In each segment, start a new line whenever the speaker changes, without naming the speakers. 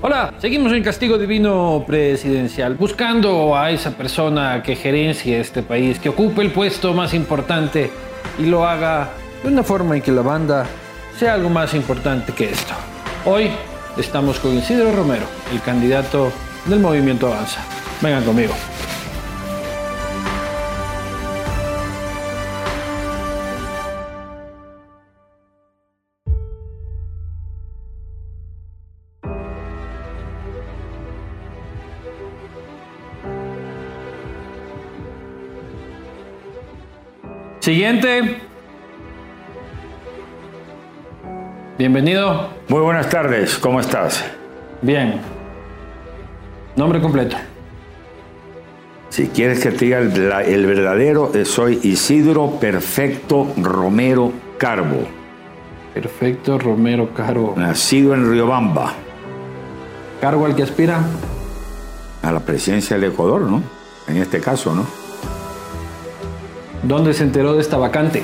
Hola, seguimos en Castigo Divino Presidencial, buscando a esa persona que gerencie este país, que ocupe el puesto más importante y lo haga de una forma en que la banda sea algo más importante que esto. Hoy estamos con Isidro Romero, el candidato del Movimiento Avanza. Vengan conmigo. Siguiente. Bienvenido.
Muy buenas tardes, ¿cómo estás?
Bien. Nombre completo.
Si quieres que te diga el, la- el verdadero, eh, soy Isidro Perfecto Romero Carbo,
Perfecto, Romero Cargo.
nacido en Riobamba,
Cargo al que aspira.
a la presidencia del Ecuador, ¿no? En este caso, ¿no?
¿Dónde se enteró de esta vacante?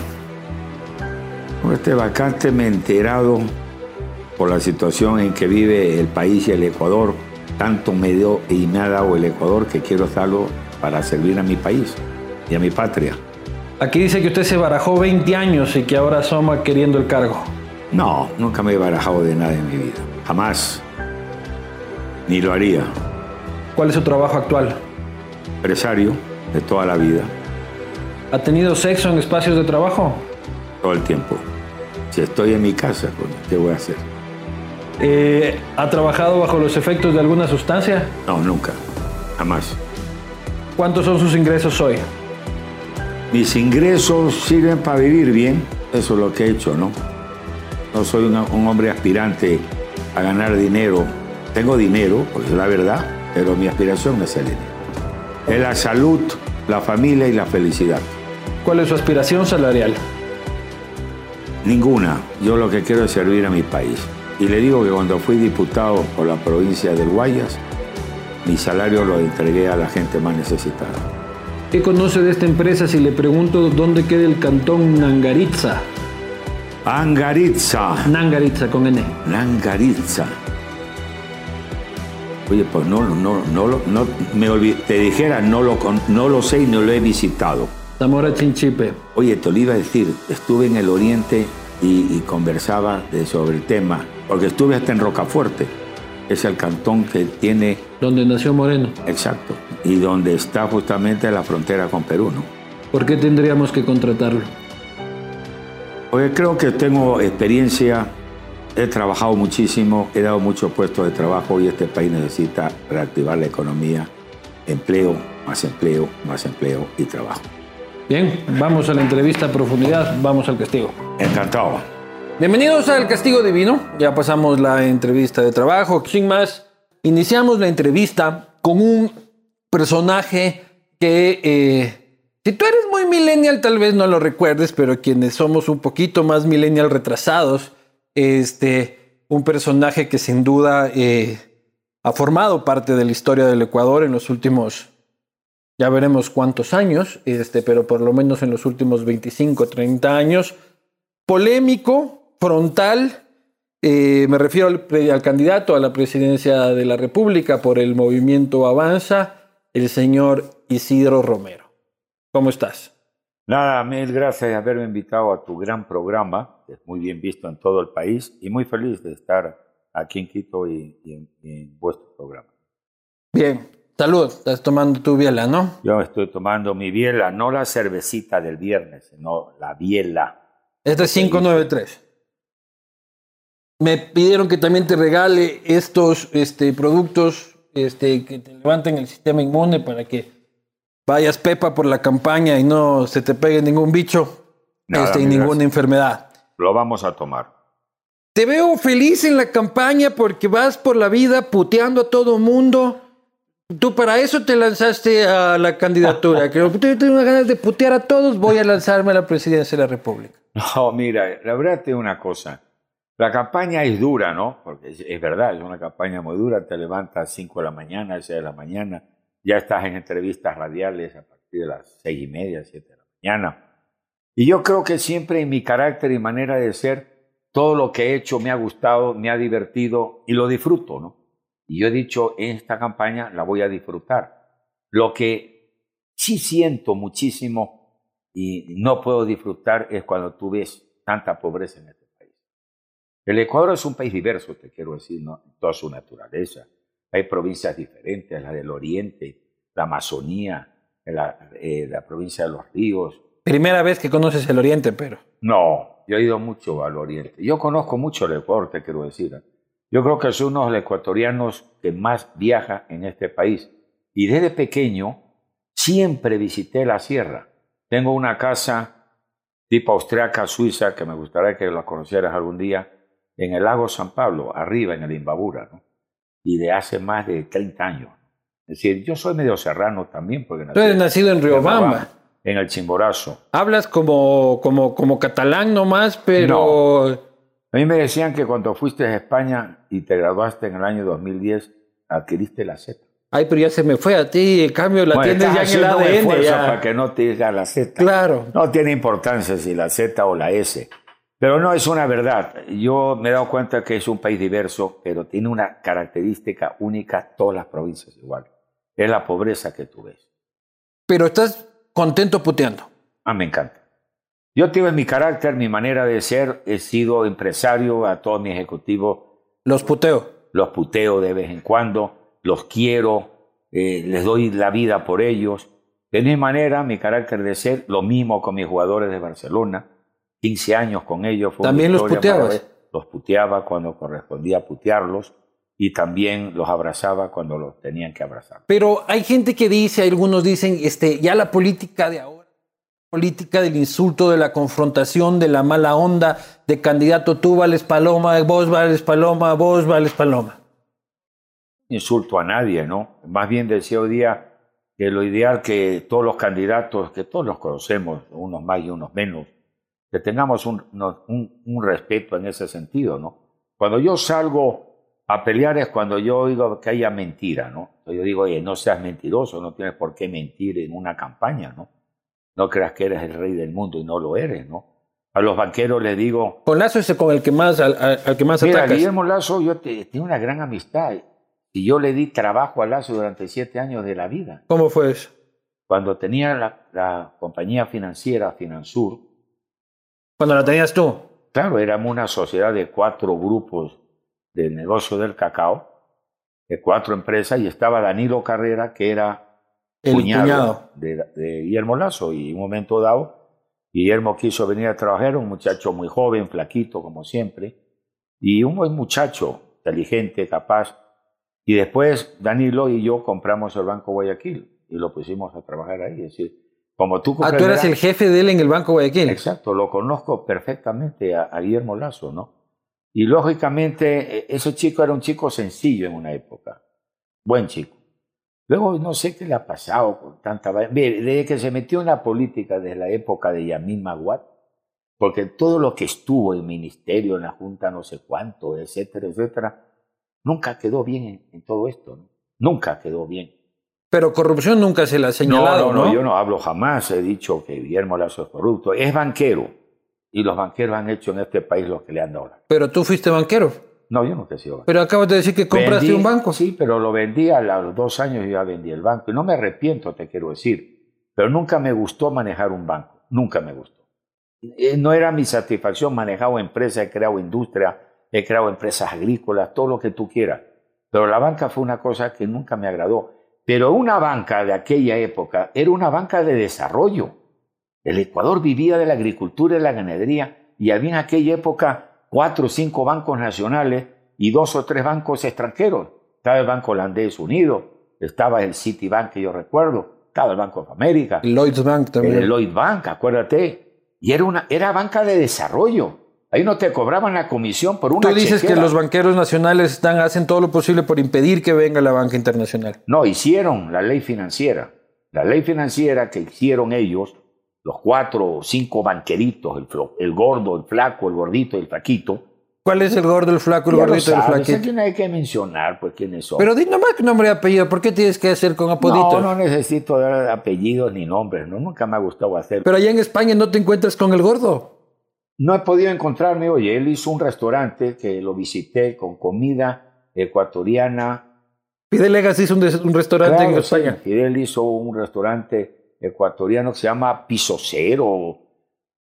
Por Este vacante me he enterado por la situación en que vive el país y el Ecuador. Tanto me dio y me ha dado el Ecuador que quiero estarlo para servir a mi país y a mi patria.
Aquí dice que usted se barajó 20 años y que ahora asoma queriendo el cargo.
No, nunca me he barajado de nada en mi vida. Jamás. Ni lo haría.
¿Cuál es su trabajo actual?
Empresario de toda la vida,
¿Ha tenido sexo en espacios de trabajo?
todo el tiempo. Si estoy en mi casa, coño, ¿qué voy a hacer?
Eh, ¿Ha trabajado bajo los efectos de alguna sustancia?
No, nunca. Jamás.
¿Cuántos son sus ingresos hoy?
Mis ingresos sirven para vivir bien. Eso es lo que he hecho, ¿no? No soy una- un hombre aspirante a ganar dinero. Tengo dinero, pues es la verdad, pero mi aspiración es el dinero. Es la salud, la familia y la felicidad.
¿Cuál es su aspiración salarial?
Ninguna. Yo lo que quiero es servir a mi país. Y le digo que cuando fui diputado por la provincia del Guayas, mi salario lo entregué a la gente más necesitada.
¿Qué conoce de esta empresa si le pregunto dónde queda el cantón Nangaritza?
Angaritza.
Nangaritza con N.
Nangaritza. Oye, pues no, no, no, lo- no, me olvi- te dijera, no lo, con- no lo sé y no lo he visitado.
Zamora Chinchipe.
Oye, te lo iba a decir, estuve en el Oriente y, y conversaba de- sobre el tema, porque estuve hasta en Rocafuerte, es el cantón que tiene
donde nació Moreno.
Exacto. Y donde está justamente la frontera con Perú, ¿no?
¿Por qué tendríamos que contratarlo?
Oye, creo que tengo experiencia, he trabajado muchísimo, he dado muchos puestos de trabajo y este país necesita reactivar la economía, empleo, más empleo, más empleo y trabajo.
Bien, vamos a la entrevista a profundidad, vamos al castigo.
Encantado.
Bienvenidos al Castigo Divino. Ya pasamos la entrevista de trabajo. Sin más, iniciamos la entrevista con un personaje que, eh, si tú eres muy millennial, tal vez no lo recuerdes, pero quienes somos un poquito más millennial retrasados, este, un personaje que sin duda eh, ha formado parte de la historia del Ecuador en los últimos ya veremos cuántos años, este, pero por lo menos en los últimos 25, 30 años, polémico, frontal, eh, me refiero al, pre- al candidato a la presidencia de la República por el movimiento Avanza, el señor Isidro Romero. ¿Cómo estás?
Nada, mil gracias de haberme invitado a tu gran programa, que es muy bien visto en todo el país y muy feliz de estar aquí en Quito y, y en- y en vuestro programa.
Bien, salud, estás tomando tu biela, ¿no?
Yo estoy tomando mi biela, no la cervecita del viernes, sino la biela.
Este es 593. Me pidieron que también te regale estos este, productos este, que te levanten el sistema inmune para que vayas pepa por la campaña y no se te pegue ningún bicho
Nada,
este, y
mil
ninguna
gracias.
enfermedad.
Lo vamos a tomar.
Te veo feliz en la campaña porque vas por la vida puteando a todo mundo. Tú para eso te lanzaste a la candidatura. Que yo tengo unas ganas de putear a todos, voy a lanzarme a la presidencia de la República.
No, mira, la verdad es una cosa. La campaña es dura, ¿no? Porque es, es verdad, es una campaña muy dura. Te levantas a 5 de la mañana, 6 de la mañana. Ya estás en entrevistas radiales a partir de las 6 y media, 7 de la mañana. Y yo creo que siempre en mi carácter y manera de ser, todo lo que he hecho me ha gustado, me ha divertido y lo disfruto, ¿no? Y yo he dicho, esta campaña la voy a disfrutar. Lo que sí siento muchísimo y no puedo disfrutar es cuando tú ves tanta pobreza en este país. El Ecuador es un país diverso, te quiero decir, ¿no? en toda su naturaleza. Hay provincias diferentes, la del oriente, la Amazonía, la, eh, la provincia de los ríos.
Primera vez que conoces el Oriente, pero.
No, yo he ido mucho al oriente. Yo conozco mucho el Ecuador, te quiero decir. ¿eh? Yo creo que soy uno de los ecuatorianos que más viaja en este país. Y desde pequeño siempre visité la sierra. Tengo una casa tipo austriaca, suiza, que me gustaría que la conocieras algún día, en el lago San Pablo, arriba en el Imbabura, ¿no? y de hace más de 30 años. Es decir, yo soy medio serrano también. Porque
Tú eres nacido en Riobamba.
En el Chimborazo.
Hablas como, como, como catalán nomás, pero...
No. A mí me decían que cuando fuiste a España y te graduaste en el año 2010, adquiriste la Z.
Ay, pero ya se me fue a ti, en cambio la
Bueno,
tienes ya
estás
en el
haciendo un
ADN.
esfuerzo
ya.
para que no te diga la Z.
Claro.
No tiene importancia si la Z o la S. Pero no es una verdad. Yo me he dado cuenta que es un país diverso, pero tiene una característica única, todas las provincias igual. Es la pobreza que tú ves.
Pero estás contento puteando.
Ah, me encanta. Yo tengo en mi carácter, mi manera de ser. He sido empresario a todos mis ejecutivos.
Los puteo.
los puteo de vez en cuando, los quiero, eh, les doy la vida por ellos. De mi manera, mi carácter de ser, lo mismo con mis jugadores de Barcelona, 15 años con ellos. fue una
¿También los
historia
puteabas?
maravillosa. Los puteaba cuando correspondía putearlos y también los abrazaba cuando los tenían que abrazar.
Pero hay gente que dice, algunos dicen, este, ya la política de ahora, política del insulto, de la confrontación, de la mala onda, de candidato tú vales paloma, vos vales paloma, vos vales paloma.
insulto a nadie, ¿no? Más bien decía hoy día que lo ideal que todos los candidatos, que todos los conocemos, unos más y unos menos, que tengamos un, no- un- un respeto en ese sentido, ¿no? Cuando yo salgo a pelear es cuando yo oigo que haya mentira, ¿no? Yo digo, oye, no seas mentiroso, no tienes por qué mentir en una campaña, ¿no? No creas que eres el rey del mundo y no lo eres, ¿no? A los banqueros les digo,
Con Lazo es con el que más, al, al- al que más
Mira,
atacas.
Guillermo Lazo, yo te, tengo una gran amistad y yo le di trabajo a Lazo durante siete años de la vida.
¿Cómo fue eso?
Cuando tenía la, la compañía financiera Finansur,
Cuando la tenías tú.
claro, éramos una sociedad de cuatro grupos de negocio del cacao, de cuatro empresas, y estaba Danilo Carrera, que era
El
cuñado,
cuñado.
De, de Guillermo Lazo, y en un momento dado, Guillermo quiso venir a trabajar, un muchacho muy joven, flaquito como siempre, y un buen muchacho, inteligente, capaz, y después Danilo y yo compramos el Banco Guayaquil y lo pusimos a trabajar ahí, es decir, como tú
Ah, tú eras
comprenderás-
el jefe de él en el Banco Guayaquil.
Exacto, lo conozco perfectamente a, a Guillermo Lazo, ¿no? Y lógicamente e- ese chico era un chico sencillo en una época, buen chico. Luego no sé qué le ha pasado con tanta... va- Mire, Desde que se metió en la política desde la época de Yamil Maguat, porque todo lo que estuvo en ministerio, en la junta, no sé cuánto, etcétera, etcétera, nunca quedó bien en, en todo esto, ¿no? Nunca quedó bien.
Pero corrupción nunca se la ha señalado,
No, no,
¿no?
no, yo no hablo jamás, he dicho que Guillermo Lazo es corrupto, es banquero. Y los banqueros han hecho en este país lo que le han dado. la-
Pero tú fuiste banquero.
No, yo nunca he sido banquero.
Pero acabas de decir que compraste
Vendí-
un banco.
Sí, pero lo vendí a los dos años yo ya vendí el banco. Y no me arrepiento, te quiero decir. Pero nunca me gustó manejar un banco. Nunca me gustó. Eh, No era mi satisfacción. Manejado empresas, he creado industria, he creado empresas agrícolas, todo lo que tú quieras. Pero la banca fue una cosa que nunca me agradó. Pero una banca de aquella época era una banca de desarrollo. El Ecuador vivía de la agricultura y de la ganadería y había en aquella época cuatro o cinco bancos nacionales y dos o tres bancos extranjeros. Estaba el Banco Holandés Unido, estaba el Citibank que yo recuerdo, estaba el Banco de América,
El Lloyds Bank también.
el Lloyd Bank, acuérdate. Y era, una, era banca de desarrollo. Ahí no te cobraban la comisión por una
Tú dices
chequera.
que los banqueros nacionales están, hacen todo lo posible por impedir que venga la banca internacional.
No, hicieron la ley financiera. La ley financiera que hicieron ellos, los cuatro o cinco banqueritos, el, flo- el gordo, el flaco, el gordito, el flaquito.
¿Cuál es el gordo, el flaco, el
Ya lo
gordito, el
sabes,
flaquito?
aquí no hay que mencionar pues quiénes son.
Pero di nomás que nombre y apellido. ¿Por qué tienes que hacer con apodito?
no, no necesito dar apellidos ni nombres, ¿no? nunca me ha gustado hacerlo.
Pero allá en España no te encuentras con el gordo.
No he podido encontrarme, oye, él hizo un restaurante que lo visité con comida ecuatoriana,
Fidel Legas hizo un, des- un restaurante
Claro,
en España.
Fidel hizo un restaurante ecuatoriano que se llama Piso Cero,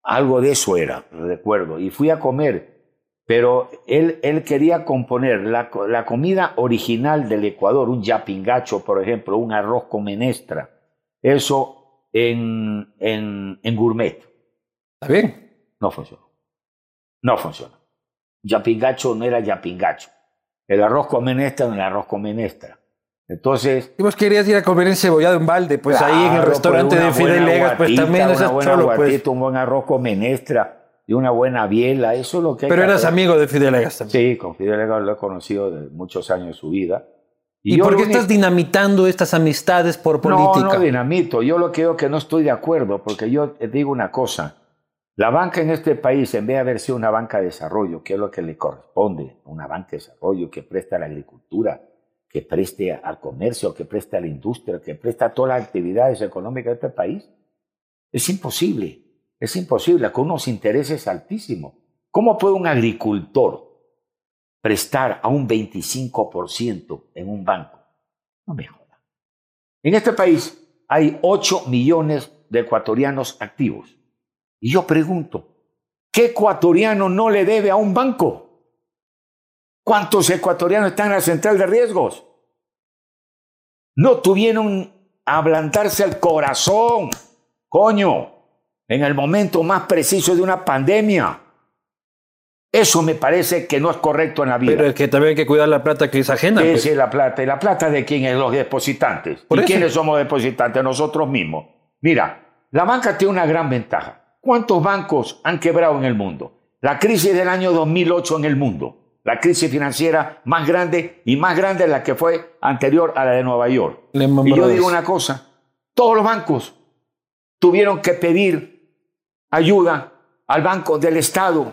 algo de eso era, recuerdo. Y fui a comer, pero él, él quería componer la, co- la comida original del Ecuador, un yapingacho, por ejemplo, un arroz con menestra, eso en, en, en gourmet.
Está bien.
No funcionó. No funcionó. Yapingacho no era yapingacho. El arroz con menestra no era arroz con menestra. Entonces,
Si vos querías ir a comer encebollado en balde, pues ahí en el
Claro,
restaurante
pues,
de
una
Fidel
buena
Legas, pues
guatita,
también no
una
seas
buena
cholo, pues.
guatita, un buen arroz con menestra y una buena biela, eso es lo que hay
Pero
que
eras
hacer.
amigo de Fidel Legas también.
Sí, con Fidel Legas lo he conocido de muchos años de su vida.
¿Y,
yo
por
lo
qué
único-
estás dinamitando estas amistades por política?
No, no dinamito. Yo lo que veo que no estoy de acuerdo, porque yo te digo una cosa. La banca en este país, en vez de haber sido una banca de desarrollo, que es lo que le corresponde, una banca de desarrollo que presta a la agricultura, que preste al comercio, que preste a la industria, que presta a todas las actividades económicas de este país, es imposible. Es imposible, con unos intereses altísimos. ¿Cómo puede un agricultor prestar a un 25% en un banco? No me jodas. En este país hay 8 millones de ecuatorianos activos. Y yo pregunto, ¿qué ecuatoriano no le debe a un banco? ¿Cuántos ecuatorianos están en la central de riesgos? No tuvieron a ablandarse el corazón, coño, en el momento más preciso de una pandemia. Eso me parece que no es correcto en la vida.
Pero es que también hay que cuidar la plata que es ajena.
¿Qué
pues.
es la plata? ¿Y la plata de quién es? Los depositantes.
Por
¿Y
eso.
quiénes somos depositantes? Nosotros mismos. Mira, la banca tiene una gran ventaja. ¿Cuántos bancos han quebrado en el mundo? La crisis del año 2008 en el mundo. La crisis financiera más grande y más grande la que fue anterior a la de Nueva York.
Lehman
Y yo
Brothers.
digo una cosa, todos los bancos tuvieron que pedir ayuda al Banco del Estado.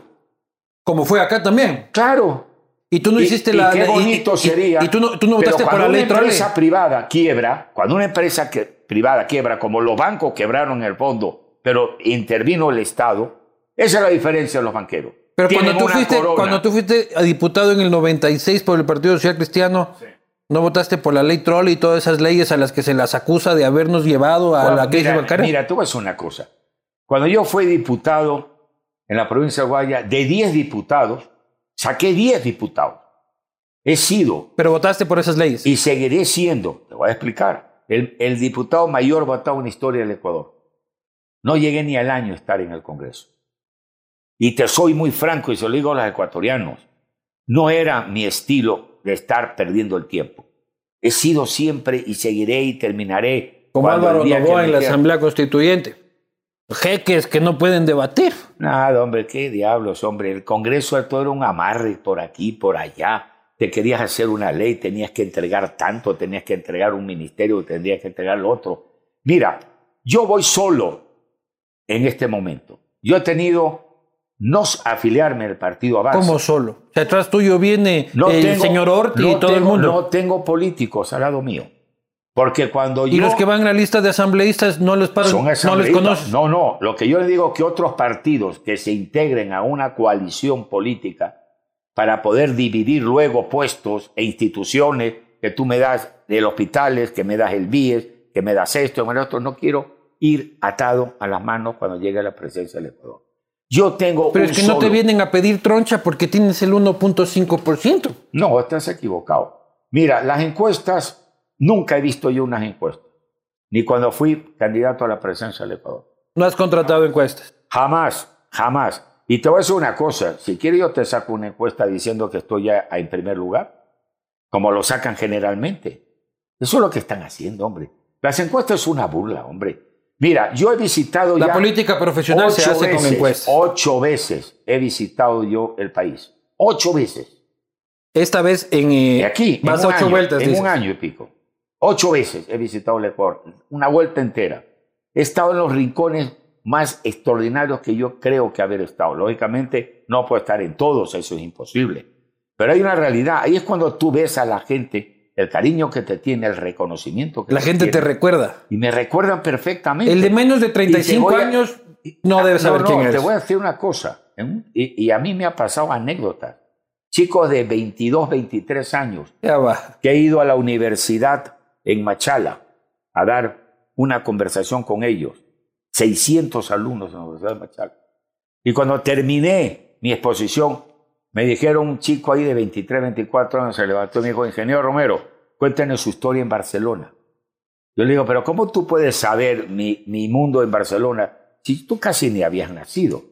Como fue acá también.
Claro,
Y tú no
y-
hiciste
y
la.
qué
la- y-
bonito
y-
sería.
Y, tú no, tú no
Pero
votaste por
cuando
la ley
una
Trole.
empresa privada quiebra, cuando una empresa que- privada quiebra, como los bancos quebraron el fondo, pero intervino el Estado, esa es la diferencia de los banqueros.
Pero
Tienen
cuando tú,
una
fuiste,
corona.
cuando tú fuiste a diputado en el 96 por el Partido Social Cristiano, no votaste por la ley Trole y todas esas leyes a las que se las acusa de habernos llevado a
Cuando-
la crisis
mira,
bancaria.
Mira, tú vas a una cosa. Cuando yo fui diputado en la provincia de Guaya, de 10 diputados, saqué 10 diputados. He sido
Pero votaste por esas leyes.
Y seguiré siendo, te voy a explicar, el, el diputado mayor votado en la historia del Ecuador. No llegué ni al año a estar en el Congreso. Y te soy muy franco y se lo digo a los ecuatorianos, no era mi estilo de estar perdiendo el tiempo. He sido siempre y seguiré y terminaré.
como
cuando el
Álvaro
día que
Novoa
me
en la
quiera-
Asamblea Constituyente. Jeques que no pueden debatir.
Nada, hombre, qué diablos, hombre. El Congreso de todo era un amarre por aquí, por allá. Te querías hacer una ley, tenías que entregar tanto, tenías que entregar un ministerio, tendrías que entregar lo otro. Mira, yo voy solo en este momento. Yo he tenido no afiliarme al partido Avanza.
Como solo. O sea, atrás tuyo viene
No
el
tengo-
señor Orti
no
y todo el
tengo-
mundo.
No tengo políticos al lado mío. Porque cuando
y
yo...
los que van a la lista de asambleístas no los, paran,
Son
no los
asambleístas.
conoces.
No, no. Lo que yo le digo es que otros partidos que se integren a una coalición política para poder dividir luego puestos e instituciones que tú me das del hospitales, que me das el BIES, que me das esto, que me das otro, no quiero ir atado a las manos cuando llegue la presencia del Ecuador. Yo tengo
Pero
un
es que no te
solo-
vienen a pedir troncha porque tienes el 1.5%.
no, estás equivocado. Mira, las encuestas, nunca he visto yo unas encuestas, ni cuando fui candidato a la presencia del Ecuador.
No has contratado encuestas.
Jamás, jamás. Y te voy a decir una cosa, si quieres yo te saco una encuesta diciendo que estoy ya en primer lugar, como lo sacan generalmente. Eso es lo que están haciendo, hombre. Las encuestas es una burla, hombre. Mira, yo he visitado
La
ya
política profesional se
ocho
hace con
veces,
encuestas.
Ocho veces he visitado yo el país. Ocho veces.
Esta vez en... eh,
Y aquí,
vas
en un
ocho
año,
vueltas,
en
dices.
un año y pico. Ocho veces he visitado el Ecuador, una vuelta entera. He estado en los rincones más extraordinarios que yo creo que haber estado. Lógicamente, no puedo estar en todos, eso es imposible. Pero hay una realidad, ahí es cuando tú ves a la gente, el cariño que te tiene, el reconocimiento que
La gente te
tiene.
recuerda.
Y me recuerdan perfectamente.
El de menos de
Y
35
te voy a-
años no debe saber
no,
quién
Te
eres.
¿eh? voy a decir una cosa, en un- y, y a mí me ha pasado anécdotas. chicos de 22, 23 años,
Ya va.
que he ido a la universidad en Machala a dar una conversación con ellos. 600 alumnos en la Universidad de Machala. Y cuando terminé mi exposición, me dijeron un chico ahí de 23, 24 años, se levantó y me dijo, ingeniero Romero, cuéntenos su historia en Barcelona. Yo le digo, pero ¿cómo tú puedes saber mi, mi mundo en Barcelona si tú casi ni habías nacido?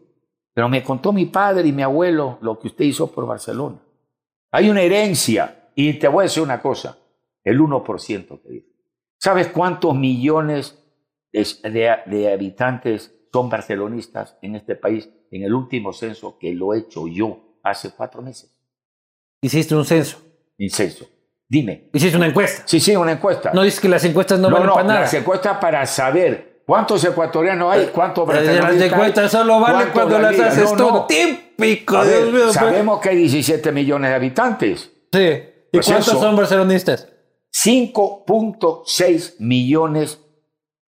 Pero me contó mi padre y mi abuelo lo que usted hizo por Barcelona. Hay una herencia. Y te voy a decir una cosa, el 1% que dice. ¿Sabes cuántos millones de, de- de habitantes son barcelonistas en este país en el último censo que lo he hecho yo hace cuatro meses?
Hiciste un censo.
En censo. Dime.
Hiciste una encuesta.
Sí, sí, una encuesta.
No dices que las encuestas no,
No,
valen
no,
para nada.
las encuestas para saber cuántos ecuatorianos hay, cuántos
Eh,
brasileños
Las encuestas solo valen cuando las haces tú. Típico, Dios mío. pues.
sabemos que hay 17 millones de habitantes.
Sí. ¿Y
Pues
cuántos
eso.
son barcelonistas?
5.6 millones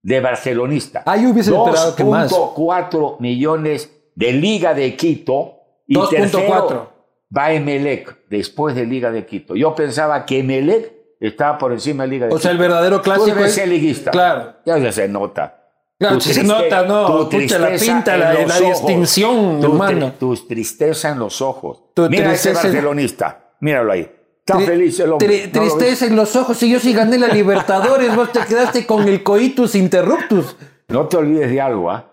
de barcelonistas.
Ah, yo hubiese esperado que más.
2.4 millones de Liga de Quito. Y
2.4.
tercero va Emelec, después de Liga de Quito. Yo pensaba que Emelec estaba por encima de Liga de
O sea, el
Quito.
verdadero
Tú
clásico.
debes
es-
ser liguista.
Claro.
Ya se- se nota.
Claro,
Tu
si se
triste-
nota,
tu
no. Pucha, la
tristeza
pinta,
en
la,
los
la
ojos.
distinción,
Tu tri-
hermano.
Tu tristeza en los ojos.
Tu
Mira ese
tristeza en-
barcelonista. Míralo ahí. Está
Tri-
feliz el hombre.
tri-
¿No lo ves?
tristeza en los ojos. Si yo sí gané la Libertadores, vos te quedaste con el coitus interruptus.
No te olvides de algo, ¿ah?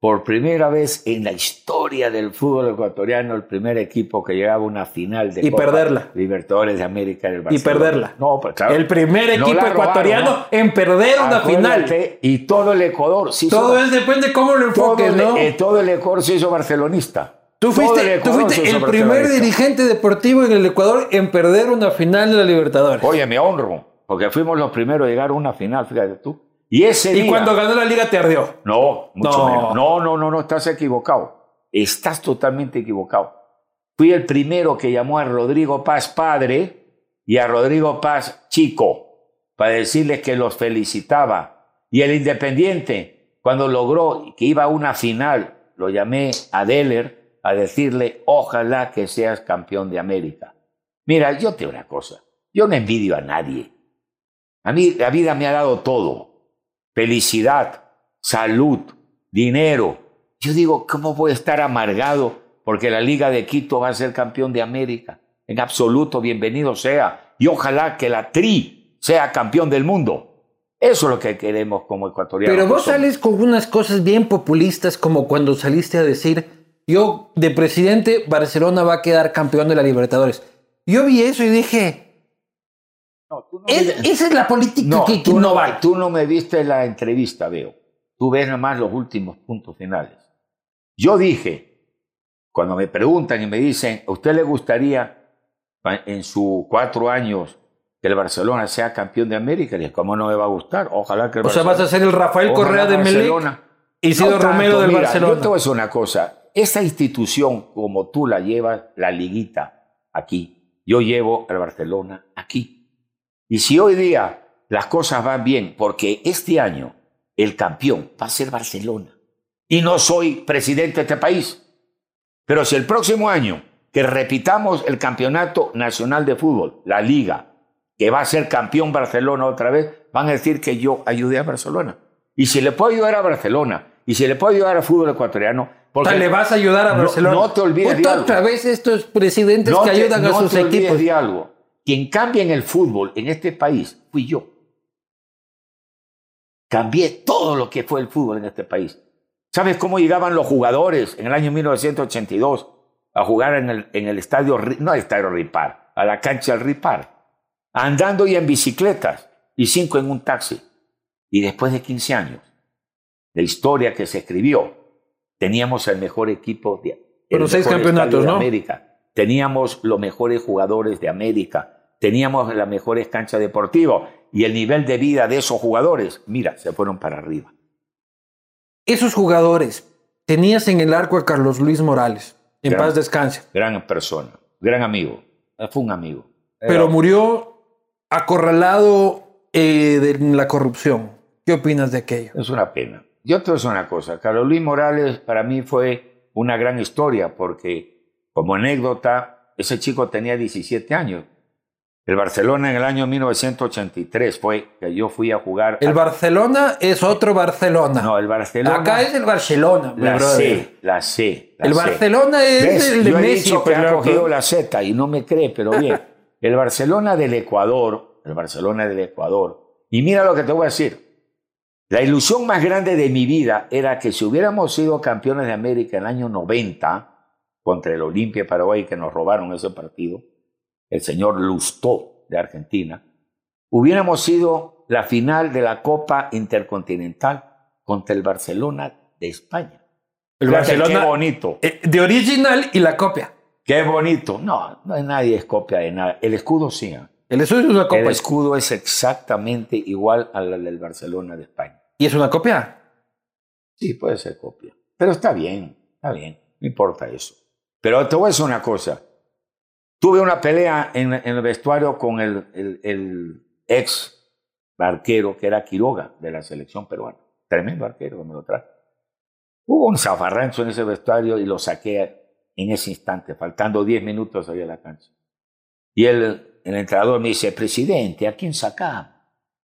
Por primera vez en la historia del fútbol ecuatoriano, el primer equipo que llegaba a una final de
Y perderla.
Libertadores de América del Barcelona.
perderla.
No, pues claro.
El primer
No
equipo
la robaron,
ecuatoriano
¿ah?
en perder una final.
Acuérdate, Y todo el Ecuador se hizo,
Todo es depende cómo lo
todo
enfoques,
el-
¿no?
eh, todo el Ecuador se hizo barcelonista.
Tú
Todo
fuiste,
el
tú
Ecuador
fuiste
se hizo
el primer
barcelonista.
dirigente deportivo en el Ecuador en perder una final de la Libertadores.
Oye, me honro, porque fuimos los primeros a llegar a una final, fíjate tú. Y ese día...
y cuando ganó la liga te ardió.
No, mucho
No.
menos. No, no, no, no, estás equivocado. Estás totalmente equivocado. Fui el primero que llamó a Rodrigo Paz padre y a Rodrigo Paz chico para decirles que los felicitaba. Y el Independiente, cuando logró que iba a una final, lo llamé a Deller a decirle, ojalá que seas campeón de América. Mira, yo te digo una cosa, yo no envidio a nadie. A mí la vida me ha dado todo felicidad, salud, dinero. Yo digo, ¿cómo voy a estar amargado porque la Liga de Quito va a ser campeón de América? En absoluto, bienvenido sea. Y ojalá que la Tri sea campeón del mundo. Eso es lo que queremos como ecuatorianos.
Pero
que
vos
somos.
sales con unas cosas bien populistas, como cuando saliste a decir, yo de presidente, Barcelona va a quedar campeón de la Libertadores. Yo vi eso y dije,
No, tú no
"Es-
digas-
esa es la política
No,
que, que
tú,
no
no,
va.
tú no me viste la entrevista, veo. Tú ves nomás los últimos puntos finales. Yo dije, cuando me preguntan y me dicen, ¿a usted le gustaría pa- en sus cuatro años que el Barcelona sea campeón de América? Les digo, ¿Cómo no me va a gustar? Ojalá que el
O sea, vas a
Barcelona-
ser el Rafael
ojalá
Correa de Melec
Barcelona-
y sido
no tanto,
Romero del
mira, Yo te
Barcelona.
voy a decir una cosa. Esta institución, como tú la llevas, la liguita, aquí. Yo llevo al Barcelona aquí. Y si hoy día las cosas van bien, porque este año el campeón va a ser Barcelona. Y no soy presidente de este país. Pero si el próximo año que repitamos el campeonato nacional de fútbol, la liga, que va a ser campeón Barcelona otra vez, van a decir que yo ayudé a Barcelona. Y si le puedo ayudar a Barcelona, y si le puedo ayudar al fútbol ecuatoriano,
O
porque
sea, le vas a ayudar a
No-
Barcelona.
no te olvides de
Puta,
algo.
otra vez estos presidentes
no
que
te-
ayudan
no
a sus
te olvides
equipos.
de algo. Quien cambia en el fútbol en este país fui yo. Cambié todo lo que fue el fútbol en este país. ¿Sabes cómo llegaban los jugadores en el año 1982 a jugar en el, en el estadio, Ri- no al estadio Ripar, a la cancha del Ripar? Andando y en bicicletas, y cinco en un taxi. Y después de 15 años, la historia que se escribió, teníamos el mejor equipo de el
Pero seis
mejor
campeonatos,
estadio de
¿no?
América. Teníamos los mejores jugadores de América, teníamos las mejores canchas deportivas y el nivel de vida de esos jugadores, mira, se fueron para arriba.
Esos jugadores, tenías en el arco a Carlos Luis Morales, en
Claro.
paz descanse.
Gran persona, gran amigo, fue un amigo.
pero murió acorralado eh, de la corrupción. ¿Qué opinas de aquello?
Es una pena. Yo te voy a decir una cosa. Carlos Luis Morales para mí fue una gran historia porque, como anécdota, ese chico tenía 17 años. El Barcelona en el año 1983 fue que yo fui a jugar.
El
al-
Barcelona es otro Barcelona.
No, el Barcelona.
Acá es el Barcelona, mi
la
brother.
C, la C. la
El
C.
Barcelona es
¿Ves?
el de
Yo he
Messi, pues,
dicho que
pero-
ha cogido la Z y no me cree, pero bien. El Barcelona del Ecuador, el Barcelona del Ecuador. Y mira lo que te voy a decir. La ilusión más grande de mi vida era que si hubiéramos sido campeones de América en el año 90 contra el Olimpia de Paraguay que nos robaron ese partido, el señor Lustó de Argentina, hubiéramos sido la final de la Copa Intercontinental contra el Barcelona de España.
El
Fíjate qué
Barcelona
bonito.
eh, de original y la copia.
Qué bonito. No, no hay nadie es copia de nada. El escudo sí. ¿ah?
El eso es una
El
copia.
escudo es exactamente igual a la del Barcelona de España.
¿Y es una copia?
Sí, puede ser copia. Pero está bien, está bien. No importa eso. Pero te voy a decir una cosa. Tuve una pelea en, en el vestuario con el, el- el ex barquero que era Quiroga de la selección peruana. Tremendo arquero, me lo trajo. Hubo un zafarrancho en ese vestuario y lo saqué en ese instante, faltando 10 minutos había la cancha. Y el, el entrenador me dice, presidente, ¿a quién sacamos?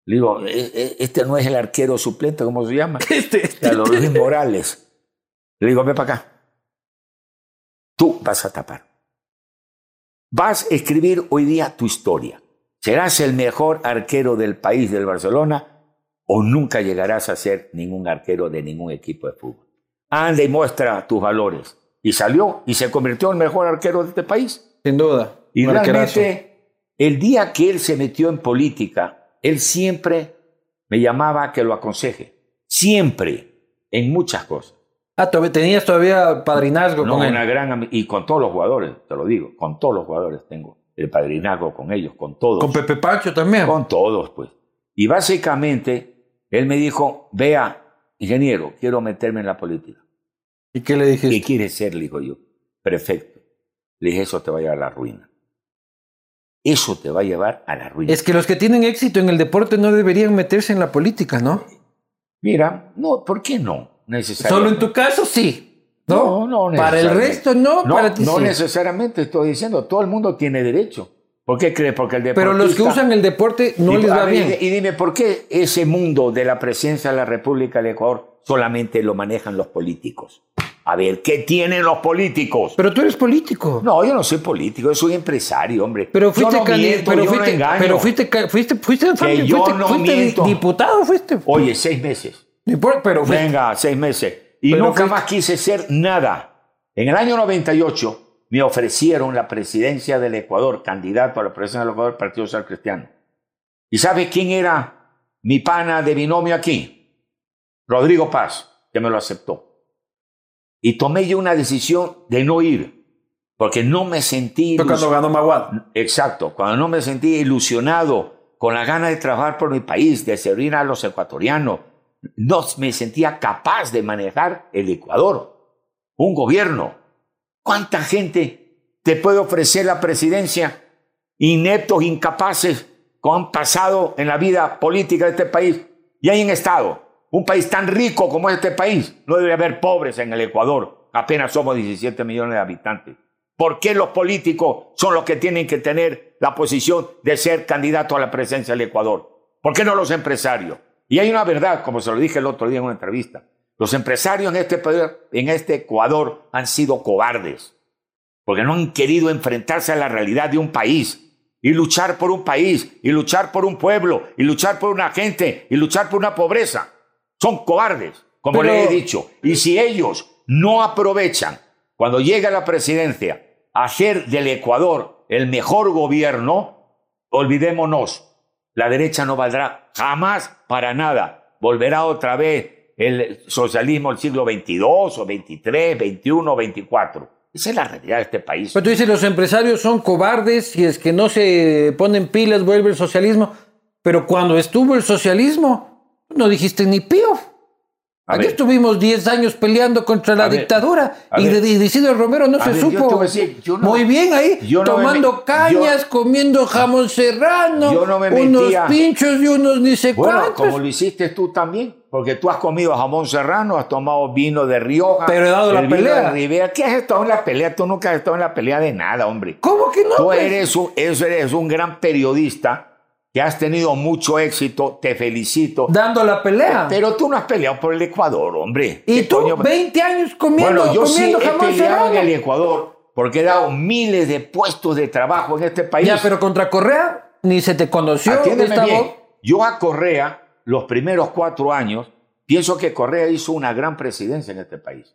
Le digo, "E- e- este no es el arquero suplente, ¿cómo se llama?
Este, este.
a los Luis Morales. Le digo, ven para acá. Tú vas a tapar. Vas a escribir hoy día tu historia. Serás el mejor arquero del país del Barcelona o nunca llegarás a ser ningún arquero de ningún equipo de fútbol. Anda y muestra tus valores. Y salió y se convirtió en el mejor arquero de este país.
Sin duda.
Y
Un arquerazo.
realmente, el día que él se metió en política, él siempre me llamaba a que lo aconseje. Siempre, en muchas cosas.
Ah, todavía- tenías todavía padrinazgo
No,
con él.
una gran ami- y con todos los jugadores, te lo digo, con todos los jugadores tengo el padrinazgo con ellos, con todos.
Con Pepe Pancho también.
Con todos, pues. Y básicamente, él me dijo, vea, ingeniero, quiero meterme en la política.
¿Y qué le
¿Qué
dijiste?
quieres ser? Le dijo yo. Perfecto. Le dije, eso te va a llevar a la ruina. Eso te va a llevar a la ruina.
Es que los que tienen éxito en el deporte no deberían meterse en la política, ¿no?
Mira, no, ¿por qué no?
Solo en
Necesariamente.
tu caso sí. ¿No?
No, no
Para el
necesariamente.
resto no,
No,
para ti
no
sí.
necesariamente estoy diciendo, todo el mundo tiene derecho. ¿Por qué crees? Porque el deportista...
Pero los que usan el deporte no
Y-
les
a
va
ver,
bien.
Y, y dime, ¿por qué ese mundo de la presencia de la República del Ecuador solamente lo manejan los políticos? A ver, ¿qué tienen los políticos?
Pero tú eres político.
No, yo no soy político, yo soy empresario, hombre.
Pero
Yo
fuiste
no
candi-
miento,
pero
yo no
fuiste,
engaño.
pero fuiste, ca- fuiste, fuiste, fuiste-
yo
fuiste-
no
fuiste di-
miento.
diputado, fuiste.
Oye, seis meses.
No importa, pero fuiste.
Venga, seis meses. Y
Pero
nunca
fuiste-
más quise ser nada. En el año 98 me ofrecieron la presidencia del Ecuador, candidato a la presidencia del Ecuador del Partido Social Cristiano. ¿Y sabes quién era mi pana de binomio aquí? Rodrigo Paz, que me lo aceptó. Y tomé yo una decisión de no ir, porque no me sentí...
Fue cuando
ilus-
ganó Maguad.
Exacto, cuando no me sentí ilusionado con la gana de trabajar por mi país, de servir a los ecuatorianos, no me sentía capaz de manejar el Ecuador, un gobierno. ¿Cuánta gente te puede ofrecer la presidencia? Ineptos, incapaces, que han pasado en la vida política de este país y hay en estado. Un país tan rico como este país, no debe haber pobres en el Ecuador. Apenas somos 17 millones de habitantes. ¿Por qué los políticos son los que tienen que tener la posición de ser candidato a la presidencia del Ecuador? ¿Por qué no los empresarios? Y hay una verdad, como se lo dije el otro día en una entrevista. Los empresarios en este, poder- en este Ecuador han sido cobardes porque no han querido enfrentarse a la realidad de un país y luchar por un país y luchar por un pueblo y luchar por una gente y luchar por una pobreza. Son cobardes, como
Pero-
les he dicho. Y si ellos no aprovechan cuando llega la presidencia a hacer del Ecuador el mejor gobierno, olvidémonos, la derecha no valdrá jamás para nada. Volverá otra vez el socialismo del siglo XXII o XXIII, XXI, XXIV. Esa es la realidad de este país.
Pero tú dices, los empresarios son cobardes, si es que no se ponen pilas, vuelve el socialismo. Pero cuando estuvo el socialismo, no dijiste ni pío.
A
Aquí
ver.
estuvimos 10 años peleando contra la
A ver,
dictadura
a
y de
ver.
de Isidro Romero no
A
se
ver, yo
supo.
te voy a decir, yo no-
Muy bien ahí,
yo no me
tomando
me-
cañas, comiendo jamón serrano,
Yo no me
unos
metía.
pinchos y unos ni sé
Bueno,
cuántos.
como lo hiciste tú también, porque tú has comido jamón serrano, has tomado vino de Rioja.
Pero he dado la
el vino
pelea.
de Rivera. ¿Qué has estado en la pelea? Tú nunca has estado en la pelea de nada, hombre.
¿Cómo que no?
Tú
pues?
eres un, eso eres un gran periodista que has tenido mucho éxito, te felicito.
Dando la pelea.
Pero tú no has peleado por el Ecuador, hombre.
y
¿Qué
tú,
Este coño? pues.
20 años comiendo,
bueno, yo sí
comiendo
he
jamón
peleado en
serrano.
el Ecuador porque he dado miles de puestos de trabajo en este país.
Ya, pero contra Correa ni se te conoció,
Atiéndeme
Gustavo.
bien. Yo a Correa, los primeros cuatro años, pienso que Correa hizo una gran presidencia en este país.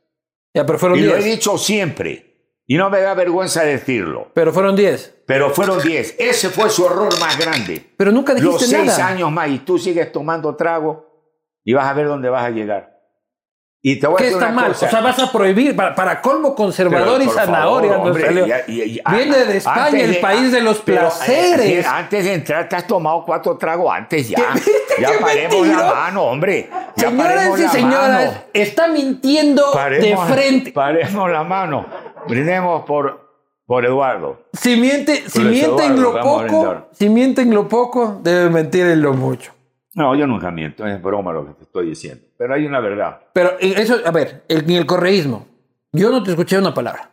Ya, pero fueron
y lo he
10.
dicho siempre. Y no me da vergüenza decirlo.
Pero fueron 10.
Pero fueron 10. Ese fue su error más grande.
Pero nunca
Los
dijiste
seis
nada.
años más y tú sigues tomando trago y vas a ver dónde vas a llegar. Y te voy a
¿Qué
decir
está
una
mal?
cosa.
O sea, vas a prohibir para, para colmo conservador
Pero,
y
por favor,
zanahoria. no
hombre,
salió.
ya- ya- ya-
Viene de España,
ah, antes
el país de los
pero, eh,
placeres.
antes de entrar, te has tomado cuatro tragos antes ya.
¿Qué- viste
Ya
qué
paremos
mentiroso?
la mano, hombre. Ya
Señoras
paremos
y
la
señoras,
mano.
está mintiendo
Paremos-
de frente.
Paremos la mano. Brindemos por, por Eduardo.
Si miente, si
Por el
miente en
Eduardo,
lo
vamos a brindar.
poco, si miente en lo poco, debe mentir en lo mucho.
No, yo nunca miento, es broma lo que te estoy diciendo. Pero hay una verdad.
Pero eh, eso, a ver, el, ni el correísmo. Yo no te escuché una palabra.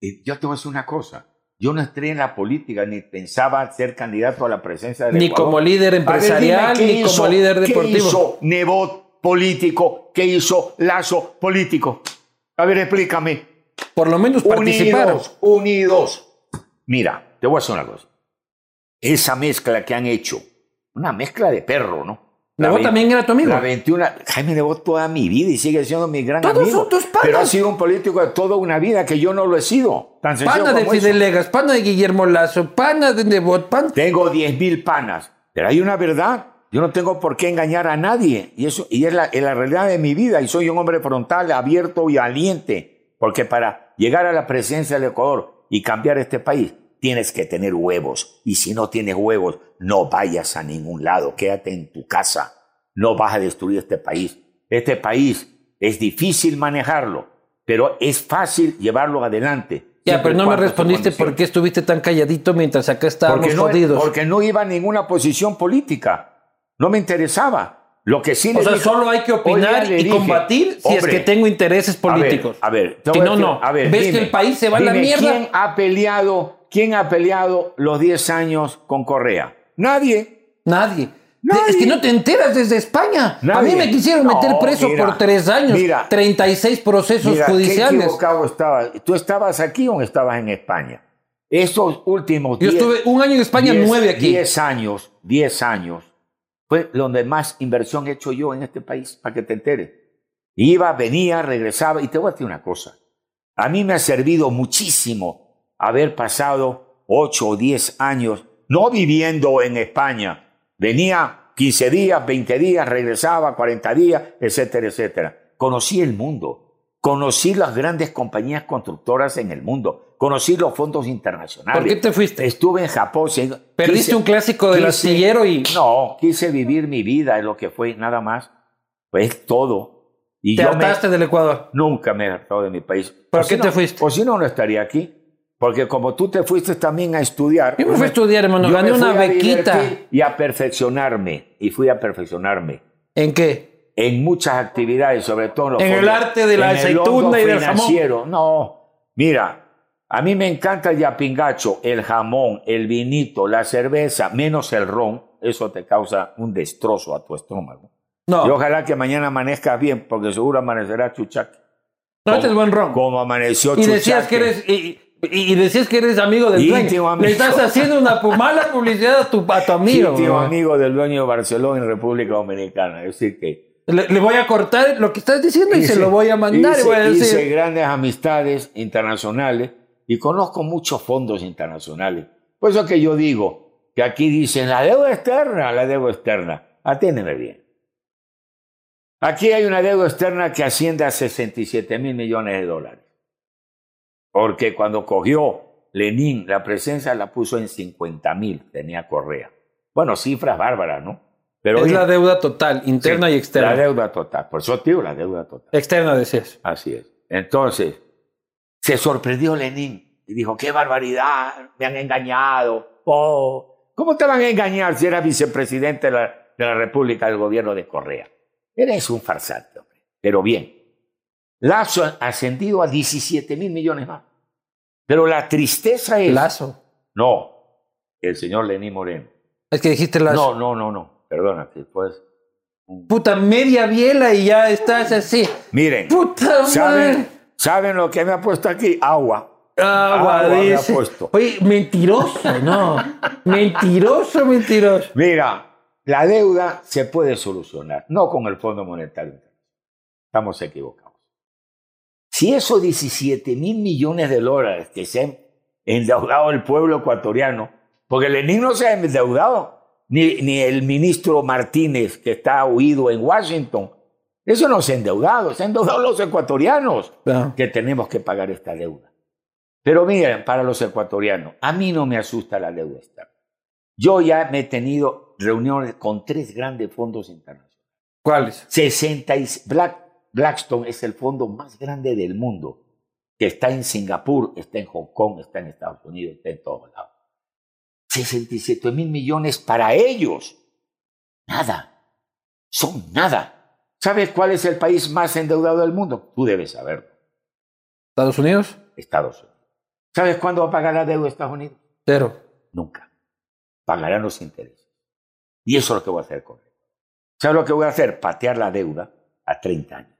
Y yo te voy a decir una cosa. Yo no entré en la política ni pensaba ser candidato a la presencia del
Ni
Ecuador.
como líder
A ver, dime,
empresarial,
¿qué
ni
hizo-
como líder
¿Qué
deportivo.
hizo Nebot político? ¿Qué hizo Lazo político? A ver, explícame.
Por lo menos participaron.
Unidos, unidos. Mira, te voy a hacer una cosa. Esa mezcla que han hecho, una mezcla de perro, ¿no? La
Nebot
ve-
también era tu amigo.
La 21, Jaime Nebot toda mi vida y sigue siendo mi gran
Todos
amigo.
son tus panas.
Pero ha sido un político de toda una vida que yo no lo he sido. Tan sencillo
Pana de
como eso.
Fidel Legas, pana de Guillermo Lazo, pana de Nebot, pan.
Tengo 10.000 panas. Pero hay una verdad. Yo no tengo por qué engañar a nadie. Y, eso, y es, la, es la realidad de mi vida. Y soy un hombre frontal, abierto y valiente. Porque para llegar a la presencia del Ecuador y cambiar este país, tienes que tener huevos. Y si no tienes huevos, no vayas a ningún lado. Quédate en tu casa. No vas a destruir este país. Este país es difícil manejarlo, pero es fácil llevarlo adelante.
Ya,
Siempre
pero
y
no me
cuando se
respondiste
condicione
por qué estuviste tan calladito mientras acá estábamos
porque no, e-
jodidos.
porque no iba a ninguna posición política. No me interesaba. Lo que sí
o
le
sea,
dije-
solo hay que
Hoy
opinar
día le
y
dije,
combatir si es
hombre,
que tengo intereses políticos.
A ver, a ver, te
Si
voy a
no,
decir-
no.
a ver,
¿Ves
dime,
que el país se va a la
dime,
mierda?
¿Quién ha peleado, quién ha peleado los 10 años con Correa? Nadie.
Nadie.
Nadie.
Es que no te enteras desde España. A
Nadie.
mí me quisieron meter
No,
preso
mira,
por tres años,
mira.
36 procesos
Mira, qué
judiciales.
equivocado estaba. ¿Tú estabas aquí o estabas en España? Estos últimos
Yo
10
estuve un año en España,
Diez-
nueve aquí.
diez años, 10 años, fue donde más inversión he hecho yo en este país, para que te enteres. Iba, venía, regresaba, y te voy a decir una cosa. A mí me ha servido muchísimo haber pasado 8 o 10 años no viviendo en España. Venía 15 días, 20 días, regresaba 40 días, etcétera, etcétera. Conocí el mundo. Conocí las grandes compañías constructoras en el mundo. Conocí los fondos internacionales.
¿Por qué te fuiste?
Estuve en Japón. se-
Perdiste
quise-
un clásico del
quise-
astillero y
No, quise vivir mi vida, es lo que fue, nada más. Pues todo. Y
te
yo me-
hartaste del Ecuador.
nunca me he hartado de mi país.
¿Por
O
qué
si
te
no-
fuiste?
O si no, no estaría aquí. Porque como tú te fuiste también a estudiar.
Yo me fui a estudiar, hermano.
yo
Gané
me fui
una
a
bequita.
divertir Y a perfeccionarme. Y fui a perfeccionarme
¿En qué?
en muchas actividades, sobre todo en, los
En el
fondos-
arte de la
en el
aceituna
hondo
y del
financiero. No, mira, a mí me encanta el yapingacho, el jamón, el vinito, la cerveza, menos el ron. Eso te causa un destrozo a tu estómago.
No,
Y ojalá que mañana amanezcas bien, porque seguro amanecerá chuchaque.
no este es buen ron.
Como amaneció
y
chuchaque.
decías que eres y, y- y decías que eres amigo del
Íntimo
dueño.
amigo.
Le estás haciendo una pu- mala publicidad a tu, a tu amigo.
Íntimo
güey.
amigo del dueño de Barcelona en República Dominicana. Es decir, que
Le, le voy a cortar lo que estás diciendo y
Hice-
se lo voy a mandar. y
Hice,
voy a decir,
hice grandes amistades internacionales y conozco muchos fondos internacionales. Por eso que yo digo que aquí dicen la deuda externa, la deuda externa. Atiéndeme bien. Aquí hay una deuda externa que asciende a 67 mil millones de dólares. Porque cuando cogió Lenin la presencia la puso en 50 mil, tenía Correa. Bueno, cifras bárbaras, ¿no? Pero
es
oye,
la deuda total, interna
sí,
y externa.
La deuda total. Por eso, tío, la deuda total.
Externa, decías.
Así es. Entonces, se sorprendió Lenin y dijo, qué barbaridad, me han engañado. Oh, ¿Cómo te van a engañar si eras vicepresidente de la, de la República del gobierno de Correa? Eres un farsante, hombre. Pero bien, Lazo ha ascendido a 17 mil millones más. Pero la tristeza es...
Lazo.
No, el señor Lenín Moreno.
Es que dijiste lazo.
No, no, no, no. Perdónate, pues.
Puta, media biela y ya estás así.
Miren,
Puta
¿saben,
madre.
¿saben lo que me ha puesto aquí? Agua.
Agua,
Agua me ha
dice.
puesto.
Oye, mentiroso, no. mentiroso, mentiroso.
Mira, la deuda se puede solucionar, no con el Fondo Monetario. Internacional. Estamos equivocados. Si esos 17 mil millones de dólares que se han endeudado el pueblo ecuatoriano, porque Lenín no se ha endeudado, ni, ni el ministro Martínez que está huido en Washington, eso no se ha endeudado, se han endeudado los ecuatorianos
Ah,
que tenemos que pagar esta deuda. Pero miren, para los ecuatorianos, a mí no me asusta la deuda externa. Yo ya me he tenido reuniones con tres grandes fondos internacionales.
¿Cuáles?
60 y Black, Blackstone es el fondo más grande del mundo, que está en Singapur, está en Hong Kong, está en Estados Unidos, está en todos lados. 67 mil millones para ellos. Nada. Son nada. ¿Sabes cuál es el país más endeudado del mundo? Tú debes saberlo.
¿Estados Unidos?
Estados Unidos. ¿Sabes cuándo va a pagar la deuda de Estados Unidos?
Cero.
Nunca. Pagarán los intereses. Y eso es lo que voy a hacer con él. ¿Sabes lo que voy a hacer? Patear la deuda a 30 años.
Que,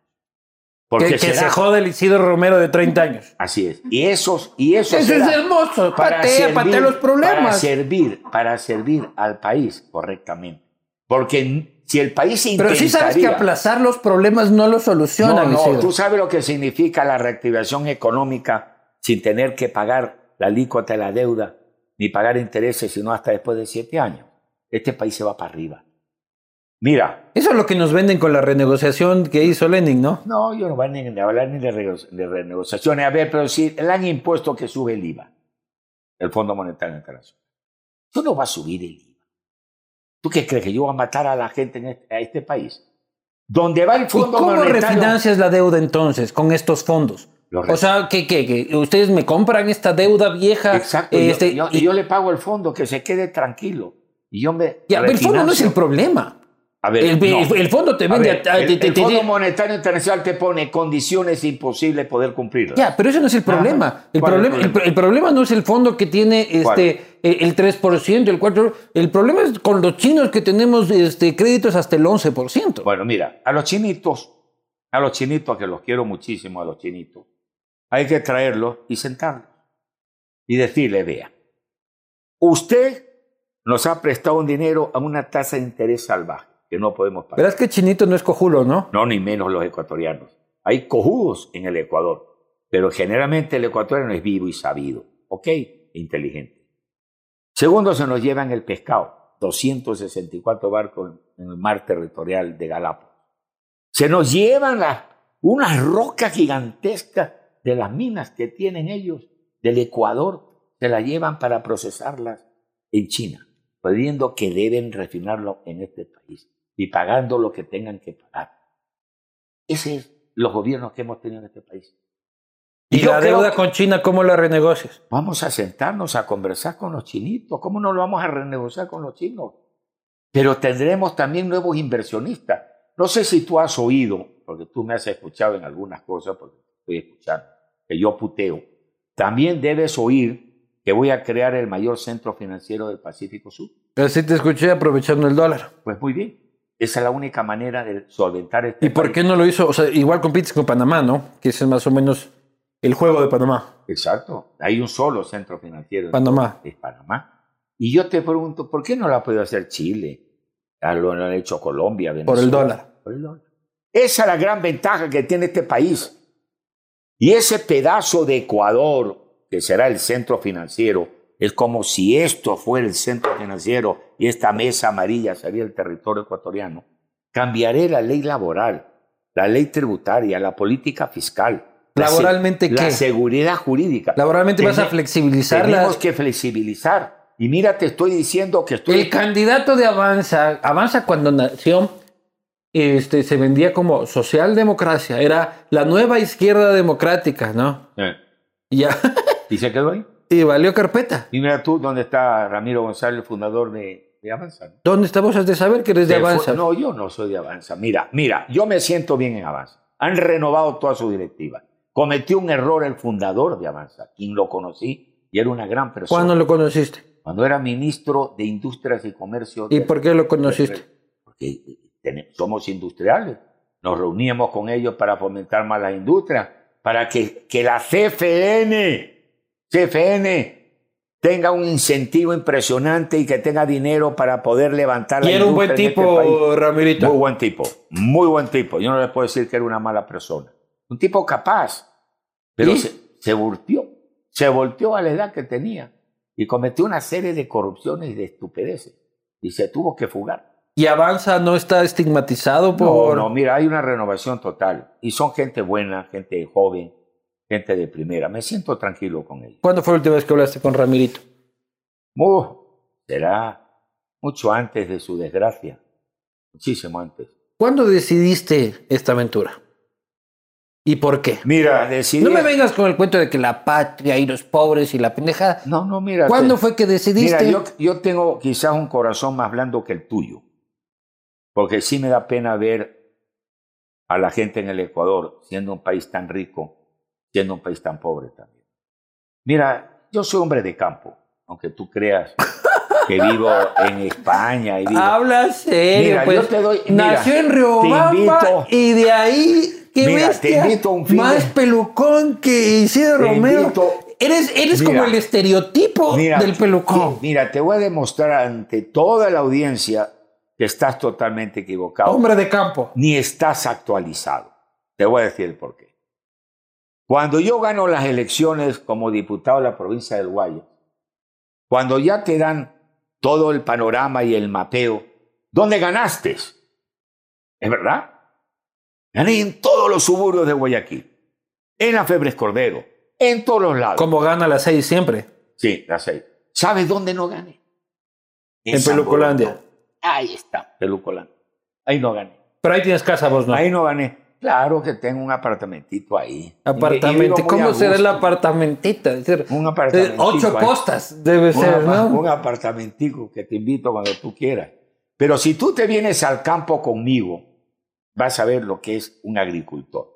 Porque
que se
será-
jode el Isidro Romero de 30 años.
Así es. Y esos, y eso
Pues Ese
será
es hermoso.
para
Patea,
servir-
patea los
Para
problemas.
servir, para servir al país correctamente. Porque n- si el país
Pero sí sabes que
intentaría-
aplazar los problemas no los
No,
soluciona,
no,
Isidro.
tú sabes lo que significa la reactivación económica sin tener que pagar la alícuota de la deuda ni pagar intereses, sino hasta después de siete años. Este país se va para arriba. Mira,
Eso es lo que nos venden con la renegociación que hizo Lenin, ¿no?
no, yo no voy ni a hablar ni de, rego- de renegociaciones. A ver, pero si le han impuesto que sube el IVA, el Fondo Monetario Internacional, eso no va a subir el IVA. ¿Tú qué crees que yo voy a matar a la gente en este, a este país? ¿Dónde va el
¿Y
Fondo
cómo
Monetario?
refinancias la deuda entonces con estos fondos?
Lo
O sea, ¿qué, qué, qué? ustedes me compran esta deuda vieja?
Exacto.
eh,
yo-
este,
yo,
y-
yo le pago el fondo, que se quede tranquilo. Y yo me.
y a ver, el fondo no es el
refinancio.
problema.
A ver,
El,
no.
el- el fondo te
A
vende...
ver,
a-
el-
te-
el
te- te-
Fondo Monetario Internacional te pone condiciones imposibles de poder cumplirlas.
Ya, pero ese no es el problema. El
¿Cuál es
problema,
el
el,
problema?
pro- el problema no es el fondo que tiene
¿Cuál?
este eh, el 3%, el 4%. El problema es con los chinos que tenemos este, créditos hasta el 11%.
Bueno, mira, a los chinitos, a los chinitos que los quiero muchísimo, a los chinitos, hay que traerlos y sentarlos y decirle, vea, usted nos ha prestado un dinero a una tasa de interés salvaje que no podemos pagar.
Verás que Chinito no es cojulo, ¿no?
no ni menos los ecuatorianos. Hay cojudos en el Ecuador, pero generalmente el ecuatoriano es vivo y sabido, ¿ok? E Inteligente. Segundo, se nos llevan el pescado, 264 barcos en el mar territorial de Galápagos. Se nos llevan las, unas rocas gigantescas de las minas que tienen ellos del Ecuador, se las llevan para procesarlas en China, pidiendo que deben refinarlo en este país y pagando lo que tengan que pagar. Ese es los gobiernos que hemos tenido en este país.
Y,
yo
la
creo
deuda
que
con China, ¿cómo la renegocias?
Vamos a sentarnos a conversar con los chinitos. ¿Cómo no lo vamos a renegociar con los chinos? Pero tendremos también nuevos inversionistas. No sé si tú has oído, porque tú me has escuchado en algunas cosas, porque te estoy escuchando, que yo puteo. También debes oír que voy a crear el mayor centro financiero del Pacífico Sur.
Así te escuché aprovechando el dólar.
Pues muy bien. Esa es la única manera de solventar este
¿Y por
país.
qué no lo hizo? O sea, igual compites con Panamá, ¿no? Que ese es más o menos el juego de Panamá.
Exacto. Hay un solo centro financiero. en
Panamá.
es Panamá. Y yo te pregunto, ¿por qué no lo ha podido hacer Chile? Ah, Lo lo han hecho Colombia,
Por
Venezuela.
el dólar.
Por el dólar. Esa es la gran ventaja que tiene este país. Y ese pedazo de Ecuador, que será el centro financiero, es como si esto fuera el centro financiero y esta mesa amarilla sería el territorio ecuatoriano. Cambiaré la ley laboral, la ley tributaria, la política fiscal. la se-
¿Laboralmente
La
qué?
seguridad jurídica.
Laboralmente vas a
Tener-
flexibilizar
tenemos
las...
que flexibilizar Y mira, te estoy diciendo que estoy...
El candidato de Avanza, Avanza cuando nació, este, se vendía como socialdemocracia, era la nueva izquierda democrática, ¿no?
Eh,
Y ya,
¿Y se quedó ahí?
y valió carpeta.
Y mira tú, ¿dónde está Ramiro González, el fundador de, de Avanza? ¿no?
¿Dónde está vos has de saber que eres de
Se fue-
Avanza?
No, yo no soy de Avanza. Mira, mira, yo me siento bien en Avanza. Han renovado toda su directiva. Cometió un error el fundador de Avanza, quien lo conocí y era una gran persona.
¿Cuándo lo conociste?
Cuando era ministro de Industrias y Comercio.
¿Y
del-
por qué lo conociste?
Porque tene- somos industriales. Nos reuníamos con ellos para fomentar más las industrias, para que, que la CFN, CFN tenga un incentivo impresionante y que tenga dinero para poder levantar la
Y era un buen
industria en este país.
tipo,
Muy
Ramirito.
buen tipo, muy buen tipo. Yo no le puedo decir que era una mala persona. Un tipo capaz, pero
¿Y?
se, se volteó, se volteó a la edad que tenía y cometió una serie de corrupciones y de estupideces y se tuvo que fugar.
¿Y Avanza no está estigmatizado
No,
por...?
no, mira, hay una renovación total y son gente buena, gente joven, gente de primera. Me siento tranquilo con ellos.
¿Cuándo fue la última vez que hablaste con Ramirito?
Mu, será mucho antes de su desgracia, muchísimo antes.
¿Cuándo decidiste esta aventura? ¿Y por qué?
Mira, decidí.
No me vengas con el cuento de que la patria y los pobres y la pendeja.
no, no, mira.
¿Cuándo
te-
fue que decidiste?
Mira, yo, yo tengo quizás un corazón más blando que el tuyo, porque sí me da pena ver a la gente en el Ecuador, siendo un país tan rico, siendo un país tan pobre también. Mira, yo soy hombre de campo, aunque tú creas que vivo en España y vivo...
Habla serio,
Mira,
Ah, pues.
yo te doy- mira,
Nació en
te
Riobamba
invito-
y de ahí, qué
Mira, te
bestia,
invito a un fin
más
de-
pelucón que Isidro
Te
Romero.
invito-
Eres, eres como
Mira.
el estereotipo
Mira,
del pelucón.
sí, Mira, te voy a demostrar ante toda la audiencia que estás totalmente equivocado.
Hombre de campo.
ni estás actualizado. Te voy a decir el porqué. Cuando yo gano las elecciones como diputado de la provincia del Guayas, cuando ya te dan todo el panorama y el mapeo, ¿dónde ganaste? ¿Es verdad? Gané en todos los suburbios de Guayaquil, en la Febres Cordero, en todos los lados.
Como gana las seis siempre.
Sí, las seis. ¿Sabes dónde no gané?
En
San
Pelucolandia.
Borondón. Ahí está, Pelucolandia. Ahí no gané.
Pero ahí tienes casa vos, ¿no?
Ahí no gané. Claro que tengo un apartamentito ahí.
Apartamento.
Y vivo muy
¿Cómo
a
será el
gusto.
apartamentito? Es decir,
Un
eh,
apartamentito.
ocho
ahí.
postas debe
Un,
ser,
apa-
¿no?
un apartamentico que te invito cuando tú quieras. Pero si tú te vienes al campo conmigo, vas a ver lo que es un agricultor.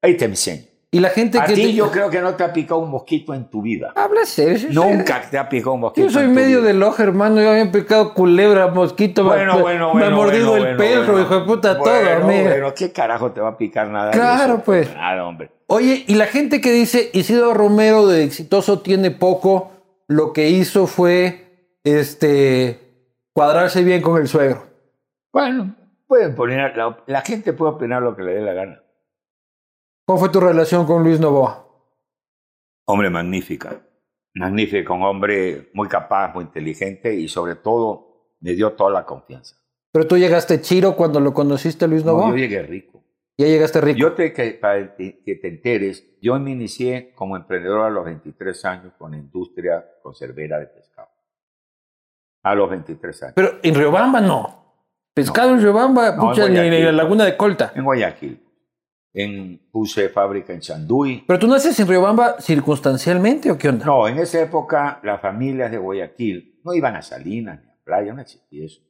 Ahí te enseño.
Y la gente
A
que...
ti
te-
yo creo que no te ha picado un mosquito en tu vida.
Habla serio.
Nunca te ha picado un mosquito.
Yo soy
en tu
medio
vida.
del ojo, hermano. Yo había picado culebra, mosquito.
Bueno,
me,
bueno, bueno.
me ha mordido
bueno,
el
bueno,
perro,
bueno.
hijo de puta, todo,
Bueno,
amigo.
bueno, ¿qué carajo te va a picar nada? de
Claro,
eso?
pues.
Nada, hombre.
Oye, y la gente que dice Isidro Romero de exitoso tiene poco, lo que hizo fue este cuadrarse bien con el suegro.
Bueno, pueden poner, la, la gente puede opinar lo que le dé la gana.
¿Cómo fue tu relación con Luis Novoa?
Hombre magnífica. Magnífico, un hombre muy capaz, muy inteligente y sobre todo me dio toda la confianza.
Pero tú llegaste chiro cuando lo conociste, Luis
No,
Novoa.
yo llegué rico.
Ya llegaste rico.
Yo te, que, para que que te enteres, yo me inicié como emprendedor a los 23 años con la industria conservera de pescado. A los 23 años.
Pero en Riobamba no. Pescado en Riobamba,
No, en
pucha, ni en la
Guayaquil.
laguna de Colta.
En Guayaquil. En, puse fábrica en Chanduy.
Pero tú naces en Riobamba circunstancialmente o qué onda?
No, en esa época las familias de Guayaquil no iban a Salinas ni a playa, no existía eso.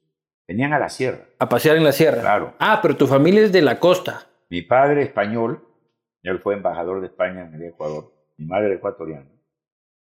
Venían a la sierra,
A pasear en la sierra.
claro.
Ah, pero tu familia es de la costa.
Mi padre español, él fue embajador de España en el Ecuador, mi madre ecuatoriana.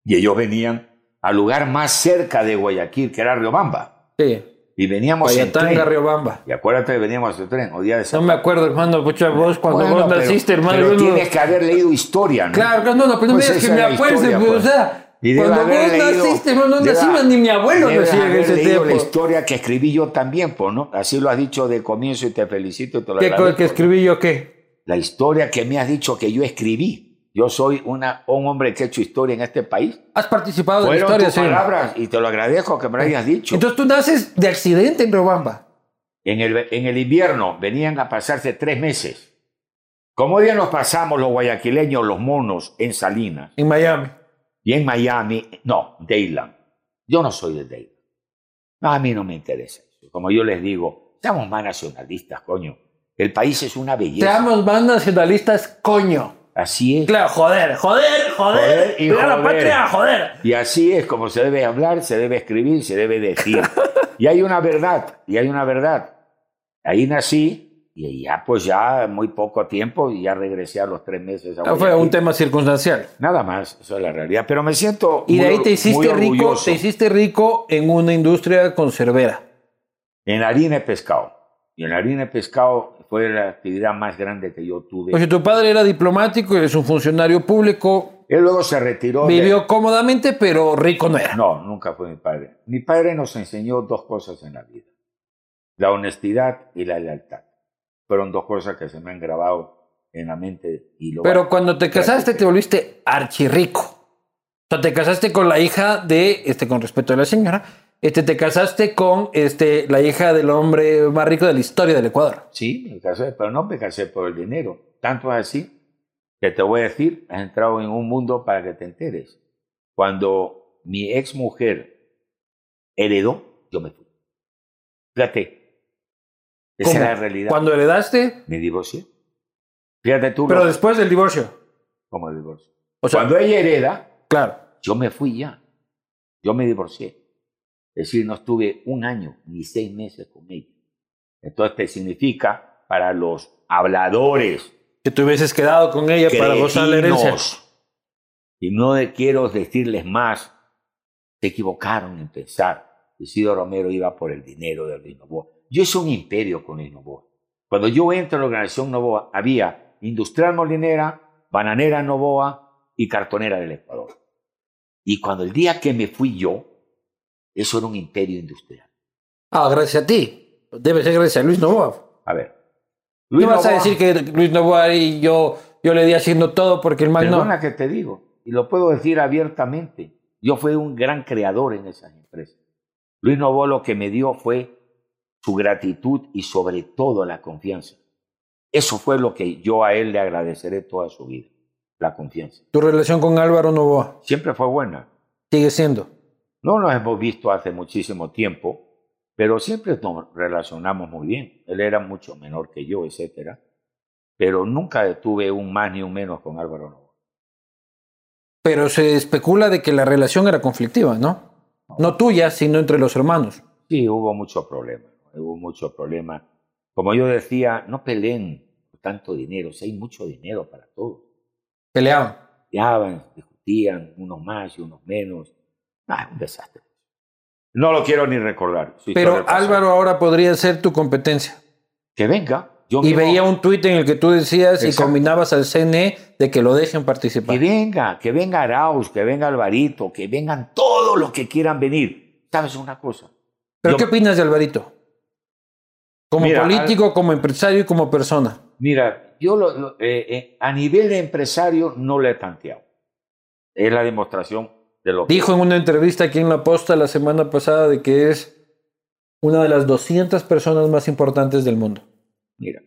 Y ellos venían al lugar más cerca de Guayaquil, que era Riobamba.
Sí.
Y veníamos en
Guayatanga,
tren.
Riobamba.
Y acuérdate que veníamos en tren, o día de
No me acuerdo, hermano, pucha, vos cuando
Bueno,
vos
pero-
naciste, hermano.
Pero
yo no-
tienes que haber leído historia, ¿no?
Claro, claro, no, no, pero no
Pues
me digas que
esa
me
era la
acuerde,
historia,
pues, o
pues.
sea,
Y debe
cuando vos
haber leído-
naciste, hermano, no
debe-
nacimos ni mi abuelo
debes
nacía en
haber
ese
leído
tiempo.
la historia que escribí yo también, pues, ¿no? Así lo has dicho de comienzo y te felicito y te lo
¿Qué
agradezco.
que escribí yo qué?
La historia que me has dicho que yo escribí. Yo soy una, un hombre que he hecho historia en este país.
¿Has participado de la
Fueron
historia,
tus
señor?
palabras y te lo agradezco que me lo hayas dicho.
Entonces tú naces de accidente en Riobamba.
en, el, en el invierno venían a pasarse tres meses. Como día nos pasamos los guayaquileños, los monos, en Salinas
En Miami.
y en Miami, no, Dayland. Yo no soy de Deiva. No, a mí no me interesa eso. Como yo les digo, seamos más nacionalistas, coño. El país es una belleza.
Seamos más nacionalistas, coño.
Así es.
Claro, joder, joder, joder.
Joder y
Viva la
joder.
patria, joder.
Y así es como se debe hablar, se debe escribir, se debe decir. Y hay una verdad, y hay una verdad. Ahí nací y ya pues ya muy poco tiempo y ya regresé a los tres meses. a
Ah, Fue un
Guayaquil.
tema circunstancial.
Nada más, eso es la realidad. Pero me siento
Y de
muy
ahí
or-
te hiciste
muy
rico,
orgulloso.
te hiciste rico en una industria conservera.
en harina y pescado. Y en harina y pescado fue la actividad más grande que yo tuve.
Oye, tu padre era diplomático, eres un funcionario público,
Él luego se retiró. de-
vivió cómodamente, pero rico no era.
No, nunca fue mi padre. Mi padre nos enseñó dos cosas en la vida. La honestidad y la lealtad. Fueron dos cosas que se me han grabado en la mente. Y lo
Pero cuando te casaste
Gracias.
te volviste archirrico. O sea, te casaste con la hija de, este, con respeto a la señora, este, te casaste con este, la hija del hombre más rico de la historia del Ecuador.
Sí, me casé, pero no me casé por el dinero. Tanto es así que te voy a decir, has entrado en un mundo para que te enteres. Cuando mi ex mujer heredó, yo me fui. Fíjate, esa
¿Cómo?
es la realidad.
Cuando heredaste,
Me divorcié. Fíjate tú
pero
lo-
después del divorcio.
cómo el divorcio.
O sea,
Cuando ella hereda,
claro.
yo me fui ya. Yo me divorcié. Es decir, no estuve un año ni seis meses con ella. Entonces, te significa para los habladores
Que te hubieses quedado con ella para gozar la herencia.
cretinos, y no de- quiero decirles más, se equivocaron en pensar que Isidro Romero iba por el dinero de Luis Novoa. Yo hice un imperio con Luis Novoa. Cuando yo entro en la organización Novoa, había Industrial Molinera, Bananera Novoa y Cartonera del Ecuador. Y cuando el día que me fui yo, eso era un imperio industrial.
Ah, gracias a ti. Debe ser gracias a Luis Novoa.
A ver.
¿Tú
Luis
vas a
Novoa-
decir que Luis Novoa y yo, yo le di haciendo todo porque el man no?
Perdona que te digo, y lo puedo decir abiertamente, yo fui un gran creador en esas empresas. Luis Novoa lo que me dio fue su gratitud y sobre todo la confianza. Eso fue lo que yo a él le agradeceré toda su vida, la confianza.
Tu relación con Álvaro Novoa
Siempre fue buena.
sigue siendo.
No nos hemos visto hace muchísimo tiempo, pero siempre nos relacionamos muy bien. Él era mucho menor que yo, etcétera. Pero nunca tuve un más ni un menos con Álvaro Novoa.
Pero se especula de que la relación era conflictiva, ¿no? No tuya, sino entre los hermanos.
Sí, hubo muchos problemas, hubo muchos problemas. Como yo decía, no peleen por tanto dinero, si hay mucho dinero para todos.
Peleaban.
Peleaban, discutían, unos más y unos menos. Ah, un desastre. No lo quiero ni recordar. su historia
Pero
del pasado.
Álvaro ahora podría ser tu competencia.
Que venga. Yo
Y
mismo-
veía un tuit en el que tú decías y
Exacto.
combinabas al CNE de que lo dejen participar.
Que venga, que venga Arauz, que venga Alvarito, que vengan todos los que quieran venir. ¿Sabes una cosa?
¿Pero
Yo-
qué opinas de Alvarito? Como
Mira,
político, como empresario y como persona.
Mira, yo lo- lo- eh, eh, a nivel de empresario no le he tanteado. Es la demostración de lo que...
Dijo en una entrevista aquí en La Posta la semana pasada de que es una de las 200 personas más importantes del mundo.
Mira,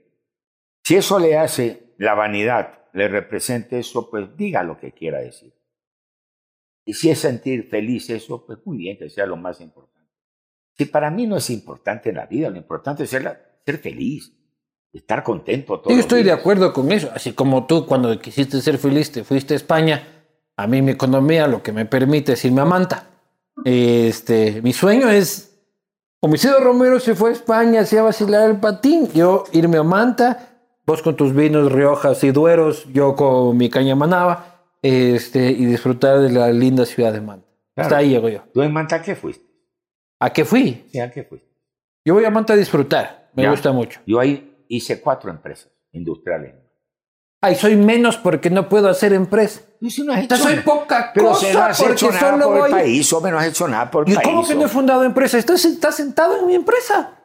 si eso le hace la vanidad, le represente eso, pues diga lo que quiera decir. Y si es sentir feliz eso, pues muy bien, que sea lo más importante. Si para mí no es importante en la vida, lo importante es ser, la- ser feliz, estar contento todo.
Yo estoy de acuerdo con eso. Así como tú, cuando quisiste ser feliz, te fuiste a España. A mí mi economía lo que me permite es irme a Manta. Este, mi sueño es... Homicidio Romero se fue a España, se iba a vacilar el patín. Yo irme a Manta, vos con tus vinos riojas y dueros, yo con mi caña manaba, este, y disfrutar de la linda ciudad de Manta.
Claro.
Hasta ahí llego yo.
¿Tú en Manta qué fuiste?
¿A qué fui?
Sí, ¿a qué fuiste?
Yo voy a Manta a disfrutar. Me
Ya.
gusta mucho.
Yo ahí hice cuatro empresas industriales.
Ay, soy menos porque no puedo hacer empresa.
Tú sí no has
O sea, soy poca
pero si no
cosa
has
porque
hecho nada
solo
por
voy.
el país, hombre, no has hecho nada por el
¿Y
país.
cómo que no he
hombre.
fundado empresa? Estás, estás sentado en mi empresa.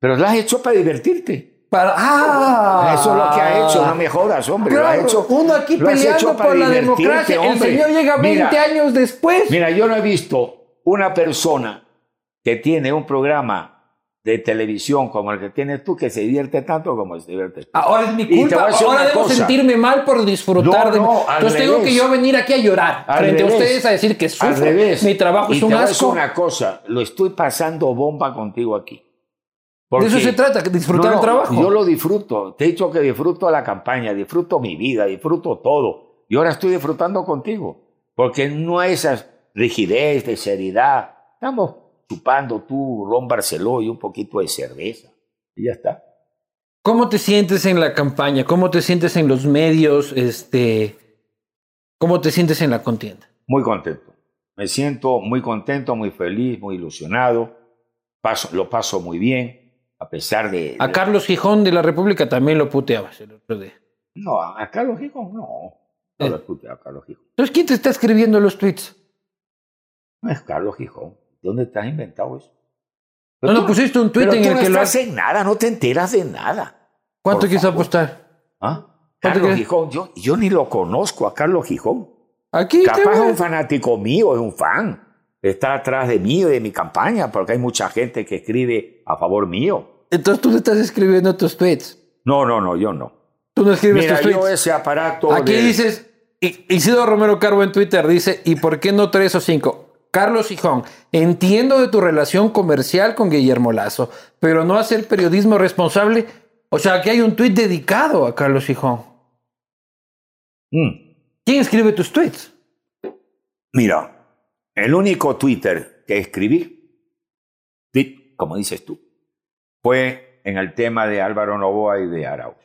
Pero lo has hecho para divertirte.
Para, ah,
Eso es lo que ha hecho, no me jodas, hombre. lo ha
Claro,
hecho,
uno aquí
lo has
peleando
hecho para
por la
divertirte,
democracia. El
hombre.
señor llega 20
Mira,
años después.
Mira, yo no he visto una persona que tiene un programa de televisión como el que tienes tú, que se divierte tanto como se divierte.
Ahora es mi
te voy
culpa,
a decir
ahora
una
debo
cosa.
sentirme mal por disfrutar
No,
de
no, al
Entonces tengo
revés.
que yo venir aquí a llorar
Al
frente
revés.
a ustedes a decir que
Al
sufro,
revés.
Ah, mi trabajo
Y
es un
te voy a decir
asco.
una cosa, lo estoy pasando bomba contigo aquí.
De
Porque-
eso se trata, que disfrutar
No,
el
no,
trabajo.
Yo lo disfruto. Te he dicho que disfruto la campaña, disfruto mi vida, disfruto todo. Y ahora estoy disfrutando contigo. Porque no hay esa rigidez de seriedad. Estamos chupando tú, ron Barceló y un poquito de cerveza. Y ya está.
¿Cómo te sientes en la campaña? ¿Cómo te sientes en los medios? Este, ¿Cómo te sientes en la contienda?
Muy contento. Me siento muy contento, muy feliz, muy ilusionado. Paso, lo paso muy bien, a pesar de...
A
de-
Carlos Gijón de la República también lo puteabas el otro día.
No, a Carlos Gijón no. No
Eh.
lo escuché a Carlos Gijón.
Entonces, ¿quién te está escribiendo los tweets?
No es Carlos Gijón. ¿De dónde te has inventado eso?
No,
Pero
no
tú-
pusiste un tweet
Pero
en
tú
el
no
que lo
estás en nada, no te enteras de nada.
¿Cuánto
por
quieres
favor.
apostar?
¿Ah?
¿Cuánto
Carlos
crees?
Gijón, yo, yo ni lo conozco a Carlos Gijón.
Aquí te
Capaz es
voy.
un fanático mío, es un fan. Está atrás de mí y de mi campaña, porque hay mucha gente que escribe a favor mío.
Entonces tú le estás escribiendo tus tweets.
No, no, no, yo no.
Tú no escribes
Mira,
tus
yo
tweets.
ese aparato.
Aquí
de-
dices, I- Isidro Romero Carbo en Twitter dice, ¿y por qué no tres o cinco? Carlos Hijón, entiendo de tu relación comercial con Guillermo Lazo, pero no hacer periodismo responsable. O sea, aquí hay un tuit dedicado a Carlos Hijón.
Mm.
¿Quién escribe tus tweets?
Mira, el único Twitter que escribí, tweet, como dices tú, fue en el tema de Álvaro Novoa y de Arauz.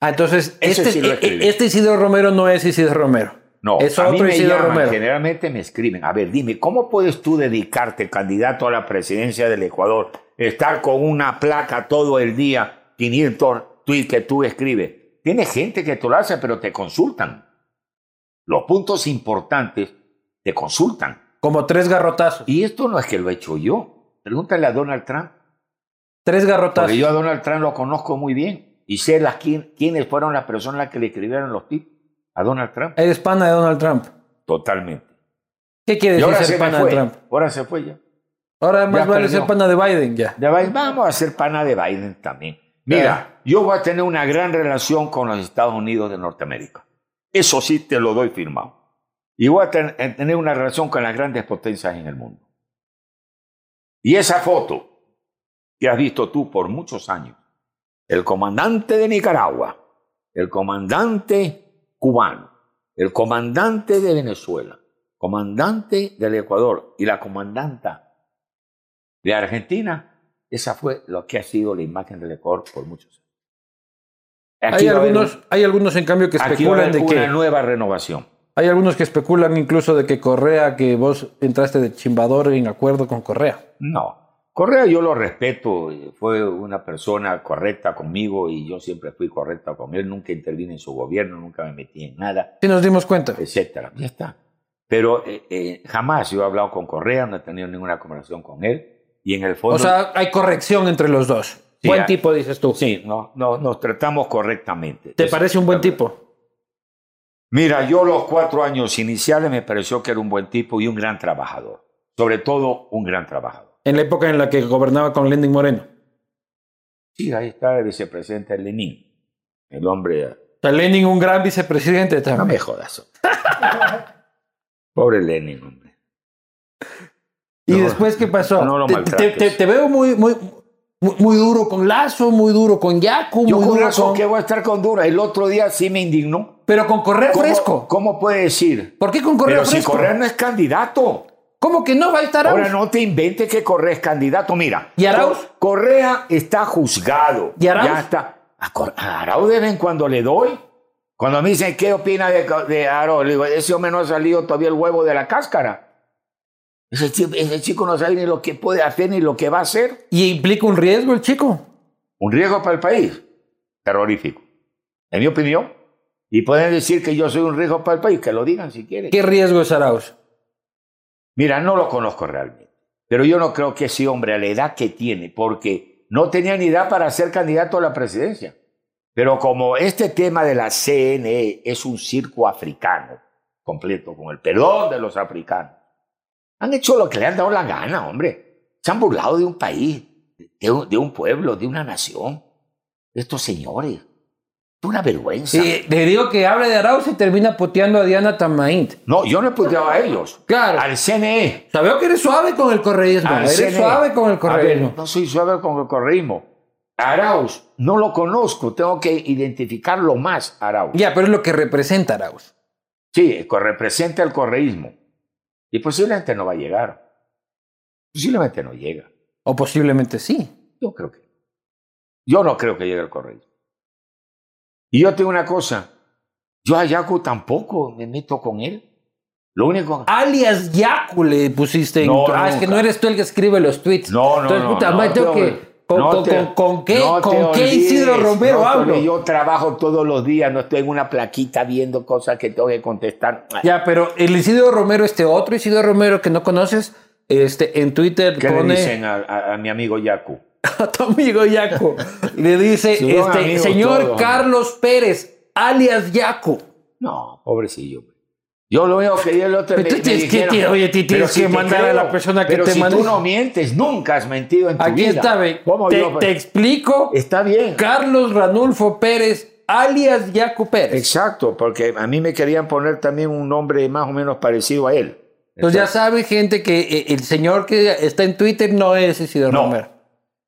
Ah, entonces,
Ese
este,
sí lo
e-
escribí.
e- este Isidro Romero no es Isidro Romero.
No,
es
a mí
otro
me
Isidro
llaman,
Romero.
generalmente me escriben. A ver, dime, ¿cómo puedes tú dedicarte, candidato a la presidencia del Ecuador, estar con una placa todo el día, 500 tweets que tú escribes? Tienes gente que te lo hace, pero te consultan. Los puntos importantes te consultan.
Como tres garrotazos.
Y esto no es que lo he hecho yo. Pregúntale a Donald Trump.
Tres garrotazos.
Porque yo a Donald Trump lo conozco muy bien. Y sé las, quién- quiénes fueron las personas que le escribieron los tweets a Donald Trump.
Eres pana de Donald Trump.
Totalmente.
¿Qué quiere
Y
decir
ahora
ser
se me
pana de
fue.
Trump?
Ahora se fue ya.
Ahora más
Ya
vale
perdió.
ser pana de Biden ya.
De Biden, Vamos a ser pana de Biden también. Mira, yo voy a tener una gran relación con los Estados Unidos de Norteamérica. Eso sí te lo doy firmado. Y voy a ten- a tener una relación con las grandes potencias en el mundo. Y esa foto que has visto tú por muchos años, el comandante de Nicaragua, el comandante cubano, el comandante de Venezuela, comandante del Ecuador y la comandanta de Argentina, esa fue lo que ha sido la imagen del Ecuador por muchos años.
Hay
va a haber
algunos, hay algunos, en cambio, que
un- aquí va
especulan
a haber
de
una
que.
nueva renovación.
Hay algunos que especulan incluso de que Correa, que vos entraste de chimbador en acuerdo con Correa.
No, Correa yo lo respeto, eh, fue una persona correcta conmigo y yo siempre fui correcta con él, nunca intervine en su gobierno, nunca me metí en nada,
Sí, nos dimos cuenta.
etcétera. Ya está. Pero eh, eh, jamás yo he hablado con Correa, no he tenido ninguna conversación con él y en el fondo
O sea, hay corrección entre los dos.
Sí,
buen
hay-
tipo, dices tú.
sí, no, no, nos tratamos correctamente.
¿Te
Eso
parece un
está
buen
bien.
tipo?
Mira, yo los cuatro años iniciales me pareció que era un buen tipo y un gran trabajador. Sobre todo, un gran trabajador.
En la época en la que gobernaba con Lenin Moreno.
Sí, ahí está el vicepresidente Lenin. El hombre...
O sea, Lenin, un gran vicepresidente
No
también.
me jodas. hombre. Pobre Lenin, hombre.
¿Y
No,
después qué pasó?
no lo
te, te-
maltrates.
te- te veo muy, muy, muy, muy duro con Lazo, muy duro con Yacu,
Yo
muy
con
duro
razón
con-
que voy a estar con Dura. El otro día sí me indignó.
Pero con Correa
¿Cómo-
fresco.
¿Cómo puede decir?
¿Por qué con Correa
Pero si
fresco?
Correa no es candidato.
¿Cómo que no va a estar
Ahora
Arauz?
no te inventes que Correa es candidato. Mira.
¿Y Arauz?
Correa está juzgado.
¿Y Arauz?
Ya está. A, Cor- a Arauz de vez en cuando le doy. Cuando me dicen qué opina de, Co- de Arauz, le digo, ese hombre no ha salido todavía el huevo de la cáscara. Ese chi- ese chico, no sabe ni lo que puede hacer ni lo que va a hacer.
¿Y implica un riesgo el chico?
Un riesgo para el país. Terrorífico. En mi opinión. Y pueden decir que yo soy un riesgo para el país. Que lo digan si quieren.
¿Qué riesgo es Arauz?
Mira, no lo conozco realmente, pero yo no creo que ese hombre a la edad que tiene, porque no tenía ni edad para ser candidato a la presidencia. Pero como este tema de la CNE es un circo africano completo, con el perdón de los africanos, han hecho lo que le han dado la gana, hombre. Se han burlado de un país de, un- de un pueblo, de una nación. Estos señores. Es una vergüenza.
Sí, le digo que habla de Arauz y termina puteando a Diana Tamaint.
No, yo no he puteado a ellos.
Claro.
Al E. CNE.
Sabemos que eres suave con el correísmo.
al
eres
CNE.
suave con el
A ver,
correísmo.
no soy suave con el correísmo. Arauz, no lo conozco. Tengo que identificarlo más, Arauz.
Ya, pero es lo que representa Arauz.
Sí, co- representa el correísmo. Y posiblemente no va a llegar. Posiblemente no llega.
O posiblemente sí.
Yo creo que. Yo no creo que llegue el correísmo. Y yo tengo una cosa. Yo a Yacu tampoco me meto con él. Lo único.
Alias Yaku le pusiste en
No,
tu- Ah, es que
nunca.
no eres tú el que escribe los tweets.
No, no,
Entonces,
no,
puta
no,
madre,
no
tengo
te
que.
olvides.
Con,
No
con-
te-
con- con qué,
no te
con qué
olvides,
Isidro Romero
no te
hablo.
olvides. Yo trabajo todos los días, no estoy en una plaquita viendo cosas que tengo que contestar.
Ya, pero el Isidro Romero, este otro Isidro Romero que no conoces, este, en Twitter
¿Qué le
pone
dicen a, a- a mi amigo Yacu?
a tu amigo Yaco. le dice,
Son
este,
amigos
señor
todos.
Carlos Pérez, alias Yaco.
No, pobrecillo. Yo lo veo que yo lo te,
Pero tú tienes que- tío, oye, ti-
pero
tienes que
te
mandar a la persona que
pero
te
si
maneja.
tú no mientes, nunca has mentido en tu
Aquí
vida.
está, ve.
¿Cómo pues?
Te,
yo?
te explico.
Está bien.
Carlos Ranulfo Pérez, alias Yaco Pérez.
Exacto, porque a mí me querían poner también un nombre más o menos parecido a él.
Entonces ya sabe gente que eh, el señor que está en Twitter no es Isidro
No.
Romero.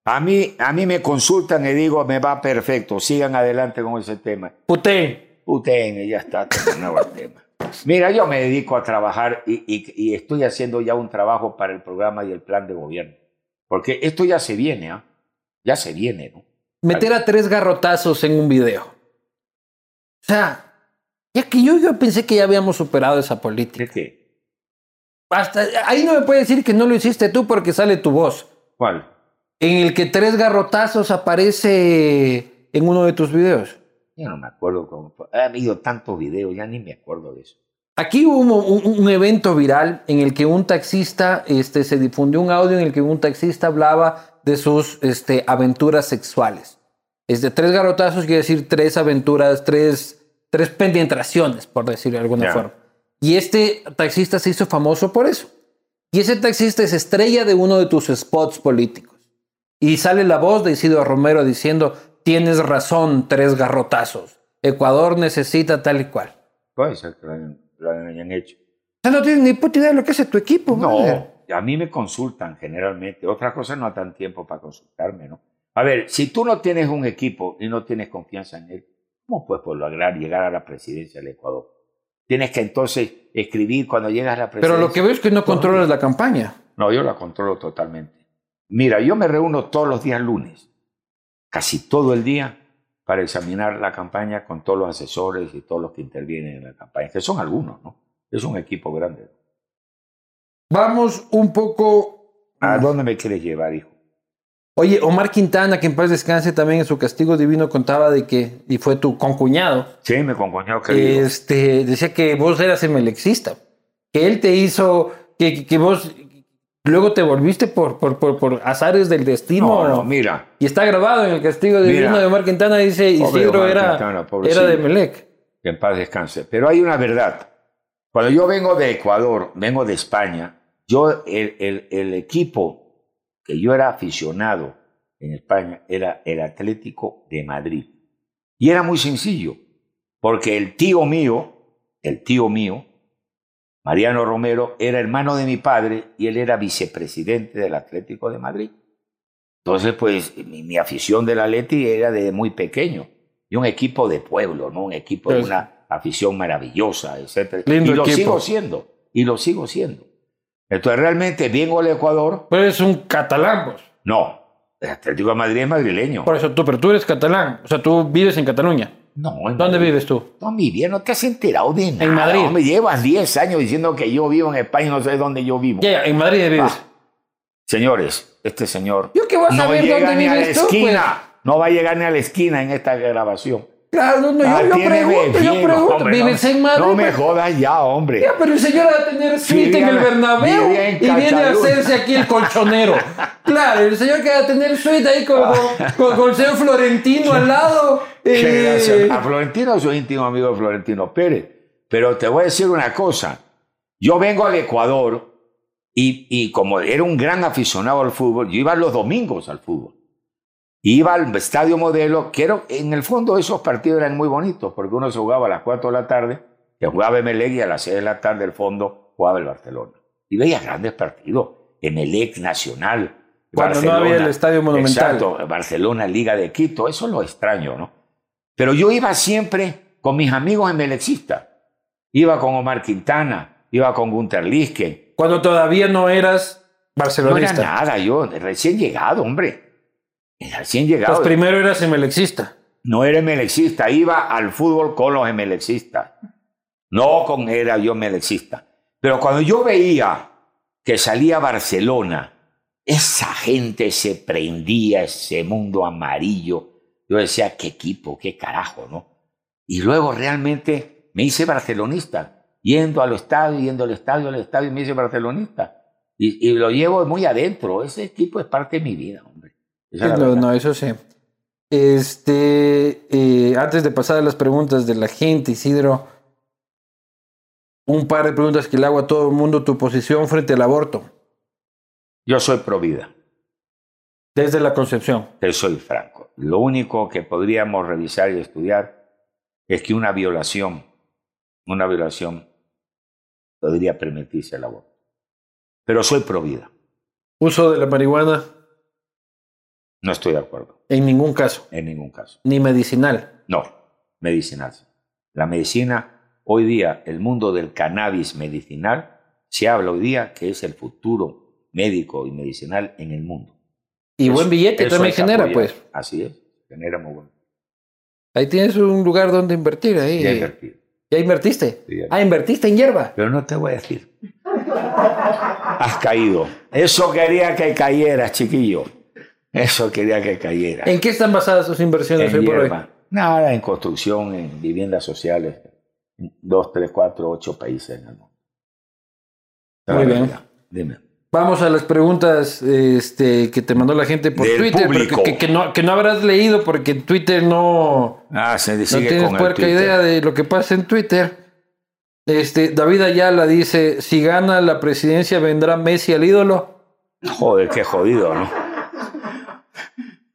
A mí, a mí me consultan y digo, me va perfecto, sigan adelante con ese tema.
Puté.
Puteen, y ya está, terminado el tema. Mira, yo me dedico a trabajar y, y- y estoy haciendo ya un trabajo para el programa y el plan de gobierno. Porque esto ya se viene, ¿ah? Ya se viene, ¿no?
Meter a tres garrotazos en un video. O sea, ya que yo, yo pensé que ya habíamos superado esa política.
¿De qué?
Hasta ahí no me puede decir que no lo hiciste tú porque sale tu voz.
¿Cuál?
En el que tres garrotazos aparece en uno de tus videos.
Yo no me acuerdo cómo fue. Ha habido tantos videos, ya ni me acuerdo de eso.
Aquí hubo un, un- un evento viral en el que un taxista, este, se difundió un audio en el que un taxista hablaba de sus este, aventuras sexuales. Este, tres garrotazos quiere decir tres aventuras, tres, tres penetraciones, por decirlo de alguna
Ya.
forma. Y este taxista se hizo famoso por eso. Y ese taxista es estrella de uno de tus spots políticos. Y sale la voz de Isidro Romero diciendo, tienes razón, tres garrotazos. Ecuador necesita tal y cual.
Puede ser que lo hayan, lo hayan hecho.
O sea, no tienes ni puta idea de lo que hace tu equipo. brother.
No, a mí me consultan generalmente. Otras cosas no dan tiempo para consultarme, ¿no? A ver, si tú no tienes un equipo y no tienes confianza en él, ¿cómo puedes por lograr llegar a la presidencia del Ecuador? Tienes que entonces escribir cuando llegas a la presidencia.
Pero lo que veo es que no controlas la campaña.
No, yo la controlo totalmente. Mira, yo me reúno todos los días lunes, casi todo el día, para examinar la campaña con todos los asesores y todos los que intervienen en la campaña, que son algunos, ¿no? Es un equipo grande.
Vamos un poco.
¿A dónde me quieres llevar, hijo?
Oye, Omar Quintana, que en paz descanse también en su castigo divino, contaba de que, y fue tu concuñado,
Sí, me concoñó querido.
este, decía que vos eras emelexista, que él te hizo, que, que- que vos luego te volviste por, por, por, por azares del destino.
No, no, mira.
y está grabado en el castigo divino
Mira.
de Omar Quintana, dice
Pobre
Isidro
Omar
era,
Quintana, pobrecillo.
era de Melec.
Que en paz descanse. Pero hay una verdad. Cuando yo vengo de Ecuador, vengo de España, yo, el, el- el equipo que yo era aficionado en España era el Atlético de Madrid. Y era muy sencillo, porque el tío mío, el tío mío, Mariano Romero, era hermano de mi padre y él era vicepresidente del Atlético de Madrid. Entonces, pues, mi, mi afición del Atleti era de muy pequeño. Y un equipo de pueblo, ¿no? Un equipo de
Pues-
una afición maravillosa, etcétera.
Lindo
y lo
equipo.
sigo siendo, y lo sigo siendo. Entonces, realmente, vengo al Ecuador,
Pero eres un catalán, vos.
no. El Atlético de Madrid es madrileño.
Por eso tú, pero tú eres catalán, o sea, tú vives en Cataluña.
No, en
¿Dónde
Madrid.
vives tú?
No, mi bien, no te has enterado de nada.
Madrid.
me llevas 10 años diciendo que yo vivo en España y no sé dónde yo vivo.
Ya, ya, en Madrid vives.
Ah. Señores, este señor
Yo qué voy a
no
saber
llega
dónde
ni a la
vives tú, pues.
esquina. No va a llegar ni a la esquina en esta grabación.
Claro, no, no,
Ah,
yo, yo
tiene
pregunto, yo
bien,
pregunto.
hombre,
¿Vives
no,
en Madrid?
No me
pues?
jodas ya, hombre.
Ya, pero el señor va a tener suite en
Vivía-
el Bernabéu
vivía en
y viene a
Cataluña.
hacerse aquí el colchonero. claro, el señor que va a tener suite ahí con,
Ah.
con, con- con el señor Florentino al lado. eh,
Qué gracia. A Florentino soy íntimo amigo de Florentino Pérez. Pero te voy a decir una cosa. Yo vengo al Ecuador y, y como era un gran aficionado al fútbol, yo iba los domingos al fútbol. Y iba al estadio modelo, que era- en el fondo esos partidos eran muy bonitos, porque uno se jugaba a las 4 de la tarde, que jugaba Emelec y a las 6 de la tarde el fondo jugaba el Barcelona. Y veía grandes partidos, Emelec Nacional.
Cuando no había el Estadio Monumental.
Exacto, Barcelona, Liga de Quito, eso es lo extraño, ¿no? Pero yo iba siempre con mis amigos emelecistas. Iba con Omar Quintana, iba con Gunter Lisken,
Cuando todavía no eras
no era
barcelonista.
nada, yo recién llegado, hombre. Recién llegado.
Pues primero eras emelexista.
No era emelexista, iba al fútbol con los emelexistas. No con era yo emelexista. Pero cuando yo veía que salía Barcelona, esa gente se prendía ese mundo amarillo. Yo decía, qué equipo, qué carajo, ¿no? Y luego realmente me hice barcelonista, yendo al estadio, yendo al estadio, al estadio, me hice barcelonista. Y, y lo llevo muy adentro. Ese equipo es parte de mi vida, hombre. Esa es la
Eh, No,
verdad.
no, eso sí. Este, eh, antes de pasar a las preguntas de la gente, Isidro, un par de preguntas que le hago a todo el mundo. Tu posición frente al aborto,
Yo soy pro vida.
desde la concepción.
Te soy franco. Lo único que podríamos revisar y estudiar es que una violación, una violación podría permitirse el aborto. Pero soy pro vida.
Uso de la marihuana,
No estoy de acuerdo
en ningún caso,
en ningún caso.
ni medicinal.
No, medicinal. sí. La medicina, hoy día, el mundo del cannabis medicinal, se habla hoy día que es el futuro médico y medicinal en el mundo.
Y buen billete
Eso
también
es
genera,
apoyar.
pues.
Así es, genera muy buen.
Ahí tienes un lugar donde invertir. Ahí.
Ya invertido.
¿Ya invertiste?
Sí, ya.
Ah, invertiste en hierba.
Pero no te voy a decir. Has caído. Eso quería que cayeras, chiquillo. Eso quería que cayeras.
¿En qué están basadas sus inversiones
En
hoy por hoy?
hierba. Nada, en construcción, en viviendas sociales. Dos, tres, cuatro, ocho países en el mundo.
Muy
La
bien.
verdad. Dime.
Vamos a las preguntas este, que te mandó la gente por
Del
Twitter, pero
público.
que, que- que no, que no habrás leído porque en Twitter no,
Ah, se
no
sigue
tienes
con el
puerca
Twitter.
idea de lo que pasa en Twitter. Este, David Ayala dice, si gana la presidencia vendrá Messi al ídolo.
Joder, qué jodido, ¿no?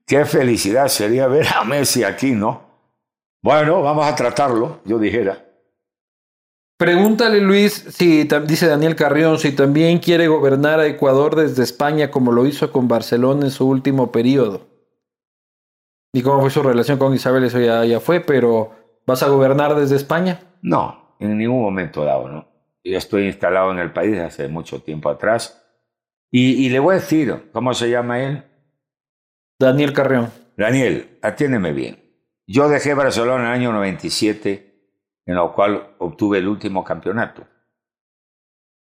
Qué felicidad sería ver a Messi aquí, ¿no? Bueno, vamos a tratarlo, yo dijera.
Pregúntale Luis, si tam- dice Daniel Carrión, si también quiere gobernar a Ecuador desde España como lo hizo con Barcelona en su último periodo. Y cómo fue su relación con Isabel, eso ya, ya fue, pero ¿vas a gobernar desde España?
No, en ningún momento dado, ¿no? Yo estoy instalado en el país hace mucho tiempo atrás. Y, y le voy a decir, ¿cómo se llama él?
Daniel Carrión.
Daniel, atiéndeme bien. Yo dejé Barcelona en el año 97, en lo cual obtuve el último campeonato.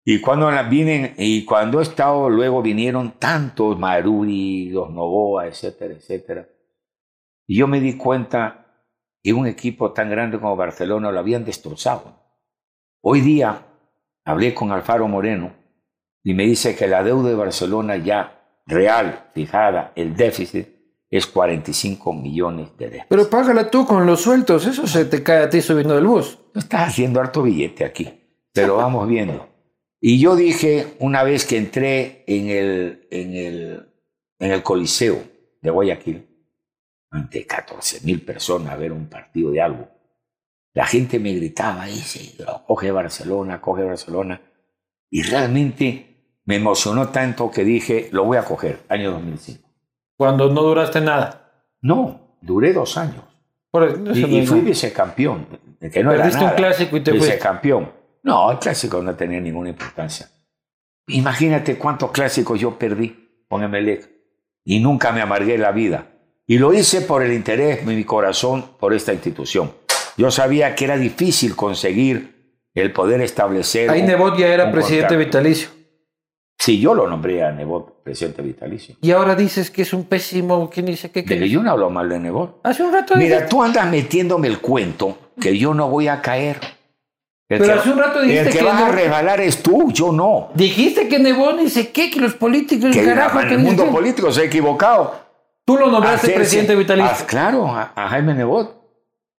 Y cuando la- vine, y cuando he estado, luego vinieron tantos Maruri, los Novoa, etcétera, etcétera. Y yo me di cuenta que un equipo tan grande como Barcelona lo habían destrozado. Hoy día hablé con Alfaro Moreno y me dice que la deuda de Barcelona ya real, fijada, el déficit, es 45 millones de dólares.
Pero págala tú con los sueltos, eso se te cae a ti subiendo del bus.
Tú estás haciendo harto billete aquí, pero vamos viendo. Y yo dije, una vez que entré en el, en el, en el Coliseo de Guayaquil, ante 14 mil personas a ver un partido de algo, la gente me gritaba, dice, coge Barcelona, coge Barcelona. Y realmente me emocionó tanto que dije, lo voy a coger, año 2005.
Cuando no duraste nada.
No, duré dos años.
Por eso no
Y,
es
y
nada.
fui vicecampeón. Que no era
Perdiste un
nada.
clásico y te fuiste.
Vicecampeón. No, el clásico no tenía ninguna importancia. Imagínate cuántos clásicos yo perdí con Emelec. Y nunca me amargué la vida. Y lo hice por el interés de mi corazón por esta institución. Yo sabía que era difícil conseguir el poder establecer.
Ahí
un-
Nebot ya era
un
presidente
contrato.
vitalicio.
Sí, yo lo nombré a Nebot presidente vitalicio.
Y ahora dices que es un pésimo, ¿quién dice que,
De que yo no hablo mal de Nebot.
Hace un rato
Mira,
dijiste-
tú andas metiéndome el cuento que yo no voy a caer. El
Pero
que-
hace un rato dijiste
el que,
que
vas a
no.
resbalar es tú, yo no.
dijiste que Nebot dice que, que los políticos,
Que
carajo,
en
que
el
ni
mundo
sé qué.
político se ha equivocado.
Tú lo nombraste
Hacerse-
presidente vitalicio.
Ah, claro, a, a Jaime Nebot.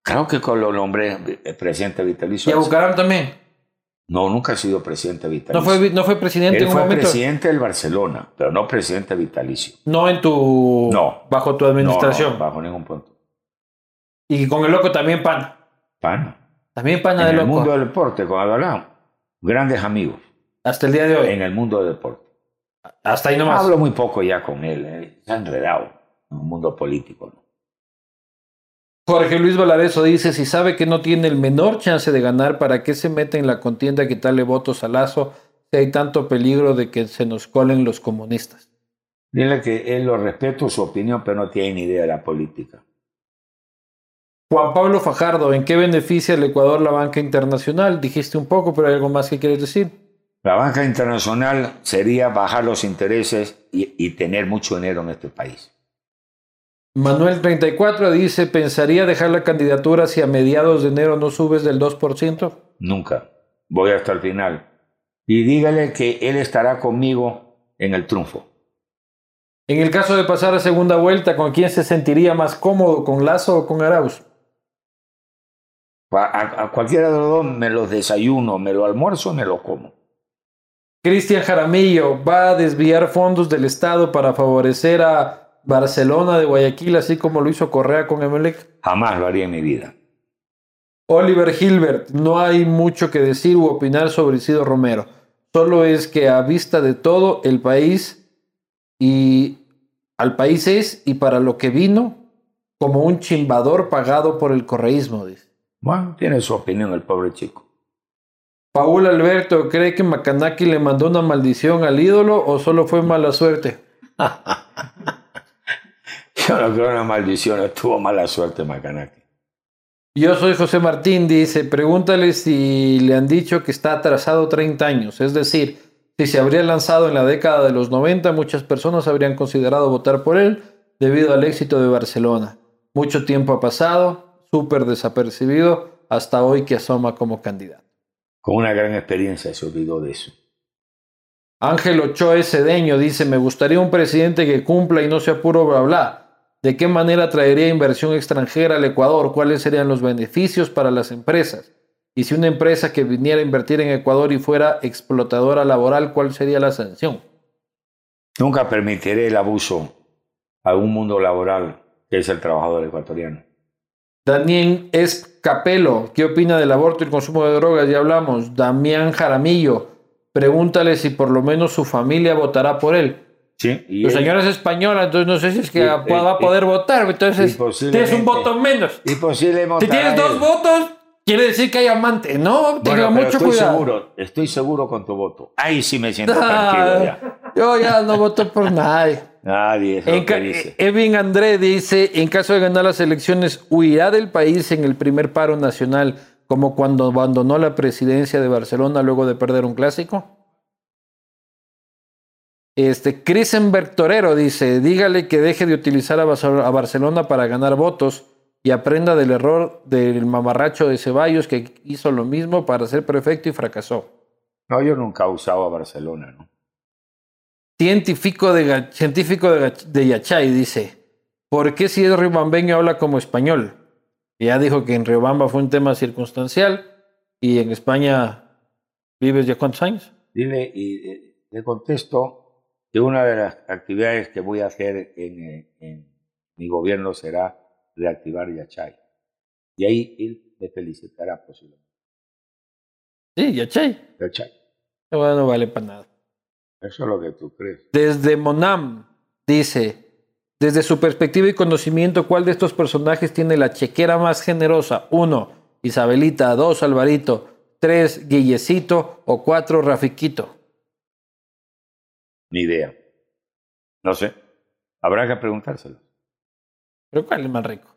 Claro que con lo nombré eh, presidente
Y
vitalicio.
a Bucaram también.
No, nunca ha sido presidente vitalicio.
No fue, no fue presidente
Él
en un
fue
momento.
presidente del Barcelona, pero no presidente vitalicio.
No en tu.
No.
Bajo tu
No,
administración.
no, bajo ningún punto.
Y con el loco también pan.
Pana.
También pana
En
de
el
loco.
mundo del deporte, con Adolán, grandes amigos
Hasta el día de hoy.
en el mundo del deporte.
Hasta ahí nomás.
Hablo muy poco ya con él, eh, está enredado en el mundo político. ¿no?
Jorge Luis Valareso dice: si sabe que no tiene el menor chance de ganar, ¿para qué se mete en la contienda a quitarle votos a Lazo si hay tanto peligro de que se nos colen los comunistas?
Dile que él lo respeto su opinión, pero no tiene ni idea de la política.
Juan Pablo Fajardo, ¿en qué beneficia al Ecuador la banca internacional? Dijiste un poco, pero hay algo más que quieres decir.
La banca internacional sería bajar los intereses y, y tener mucho dinero en este país.
Manuel 34 dice, ¿pensaría dejar la candidatura si a mediados de enero no subes del 2%?
Nunca. Voy hasta el final. Y dígale que él estará conmigo en el triunfo.
En el caso de pasar a segunda vuelta, ¿con quién se sentiría más cómodo? ¿Con Lazo o con Arauz?
A, a- a cualquiera de los dos me los desayuno, me lo almuerzo, me lo como.
Cristian Jaramillo va a desviar fondos del Estado para favorecer a Barcelona de Guayaquil, así como lo hizo Correa con Emelec.
Jamás lo haría en mi vida.
Oliver Hilbert, no hay mucho que decir u opinar sobre Isidro Romero. Solo es que a vista de todo el país y al país es y para lo que vino como un chimbador pagado por el correísmo, dice.
Bueno, tiene su opinión el pobre chico.
Paul Alberto, ¿cree que Macanaki le mandó una maldición al ídolo o solo fue mala suerte?
Yo no creo en la maldición, estuvo mala suerte Macanaki.
Yo soy José Martín, dice, pregúntale si le han dicho que está atrasado 30 años, es decir, si se habría lanzado en la década de los 90, muchas personas habrían considerado votar por él debido al éxito de Barcelona. Mucho tiempo ha pasado, súper desapercibido, hasta hoy que asoma como candidato.
Con una gran experiencia se olvidó de eso.
Ángel Ochoa Cedeño dice, me gustaría un presidente que cumpla y no sea puro bla bla. ¿De qué manera traería inversión extranjera al Ecuador? ¿Cuáles serían los beneficios para las empresas? Y si una empresa que viniera a invertir en Ecuador y fuera explotadora laboral, ¿cuál sería la sanción?
Nunca permitiré el abuso a un mundo laboral que es el trabajador ecuatoriano.
Daniel Escapelo, ¿qué opina del aborto y el consumo de drogas? Ya hablamos. Damián Jaramillo, pregúntale si por lo menos su familia votará por él.
Sí, y
Tu
él-
señora es española, entonces no sé si es que
Y-
va
y-
va a poder votar.
y
Entonces,
posiblemente-
tienes un voto menos.
y posiblemente
Si tienes dos votos, quiere decir que hay amante. No,
Bueno,
tenga
pero
mucho
estoy
cuidado.
seguro, estoy seguro con tu voto. Ahí sí me siento
Ah,
tranquilo ya.
Yo ya no voto por nadie.
Nadie es
En
lo que
ca- eh,
dice.
Evin André dice, en caso de ganar las elecciones, huirá del país en el primer paro nacional, como cuando abandonó la presidencia de Barcelona luego de perder un clásico. Este, Krisenberg Torero dice, dígale que deje de utilizar a Basa- a Barcelona para ganar votos y aprenda del error del mamarracho de Ceballos que hizo lo mismo para ser prefecto y fracasó.
No, yo nunca he usado a Barcelona, ¿no?
Científico de, Ga- científico de, Gach- de Yachay dice, ¿por qué si es riobambeño habla como español? Ya dijo que en Riobamba fue un tema circunstancial y en España vives ya cuántos años.
Dile, y eh, le contesto que una de las actividades que voy a hacer en, eh, en mi gobierno será reactivar Yachay. Y ahí él me felicitará posiblemente.
Sí, Yachay.
Yachay,
Bueno, no vale para nada.
eso es lo que tú crees.
Desde Monam dice, desde su perspectiva y conocimiento, ¿cuál de estos personajes tiene la chequera más generosa? Uno, Isabelita. Dos, Alvarito. Tres, Guillecito. O cuatro, Rafiquito.
Ni idea. No sé. Habrá que preguntárselo.
¿Pero cuál es más rico?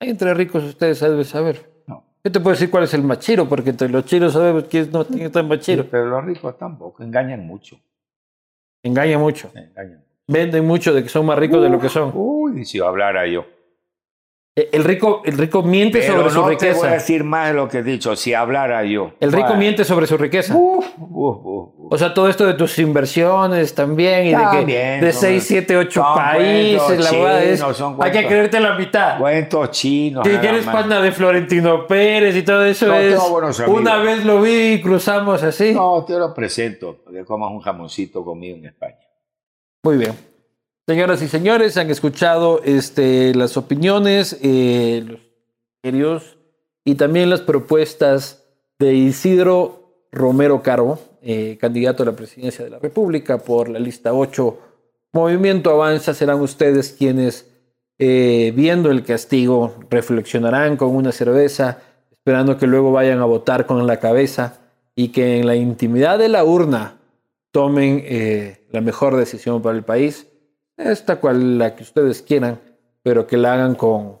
Hay entre ricos ustedes deben saber.
No.
Yo te puedo decir cuál es el más chiro, porque entre los chiros sabemos quién no tiene tan más chiro.
Pero los ricos tampoco engañan mucho.
Engaña mucho.
Engañan.
Venden mucho de que son más ricos de lo que son.
Uy, si hablara yo.
Eh, El rico, el rico miente
Pero
sobre
no
su
te voy a
riqueza.
decir más de lo que he dicho, si hablara yo.
El rico
Bueno.
miente sobre su riqueza.
Uf, uf, uf, uf.
O sea, todo esto de tus inversiones también y de
También,
que de
son-
6, 7, 8
son
países,
cuentos
la verdad es,
chinos, son
hay que
cuentos-
creerte la mitad.
Cuentos chinos.
Que
nada
quieres
más.
panda de Florentino Pérez y todo eso
No,
es.
tengo buenos amigos.
Una vez lo vi y cruzamos así.
No, te lo presento, que comas un jamoncito conmigo en España.
Muy bien. Señoras y señores, han escuchado este, las opiniones, eh, los criterios y también las propuestas de Isidro Romero Caro, eh, candidato a la presidencia de la República por la lista 8. Movimiento Avanza serán ustedes quienes, eh, viendo el castigo, reflexionarán con una cerveza, esperando que luego vayan a votar con la cabeza y que en la intimidad de la urna tomen eh, la mejor decisión para el país, esta cual la que ustedes quieran, pero que la hagan con,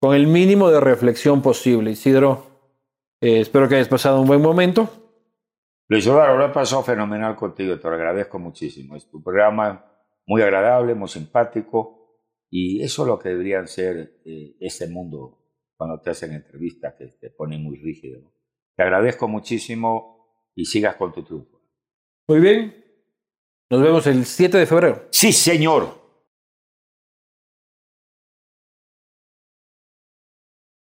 con el mínimo de reflexión posible. Isidro, eh, espero que hayas pasado un buen momento.
Luis Eduardo, lo he pasado fenomenal contigo, te lo agradezco muchísimo. Es tu programa muy agradable, muy simpático, y eso es lo que deberían ser eh, ese mundo cuando te hacen entrevistas que te ponen muy rígido. ¿no? Te agradezco muchísimo y sigas con tu triunfo.
Muy bien. Nos vemos el 7 de febrero.
Sí, señor.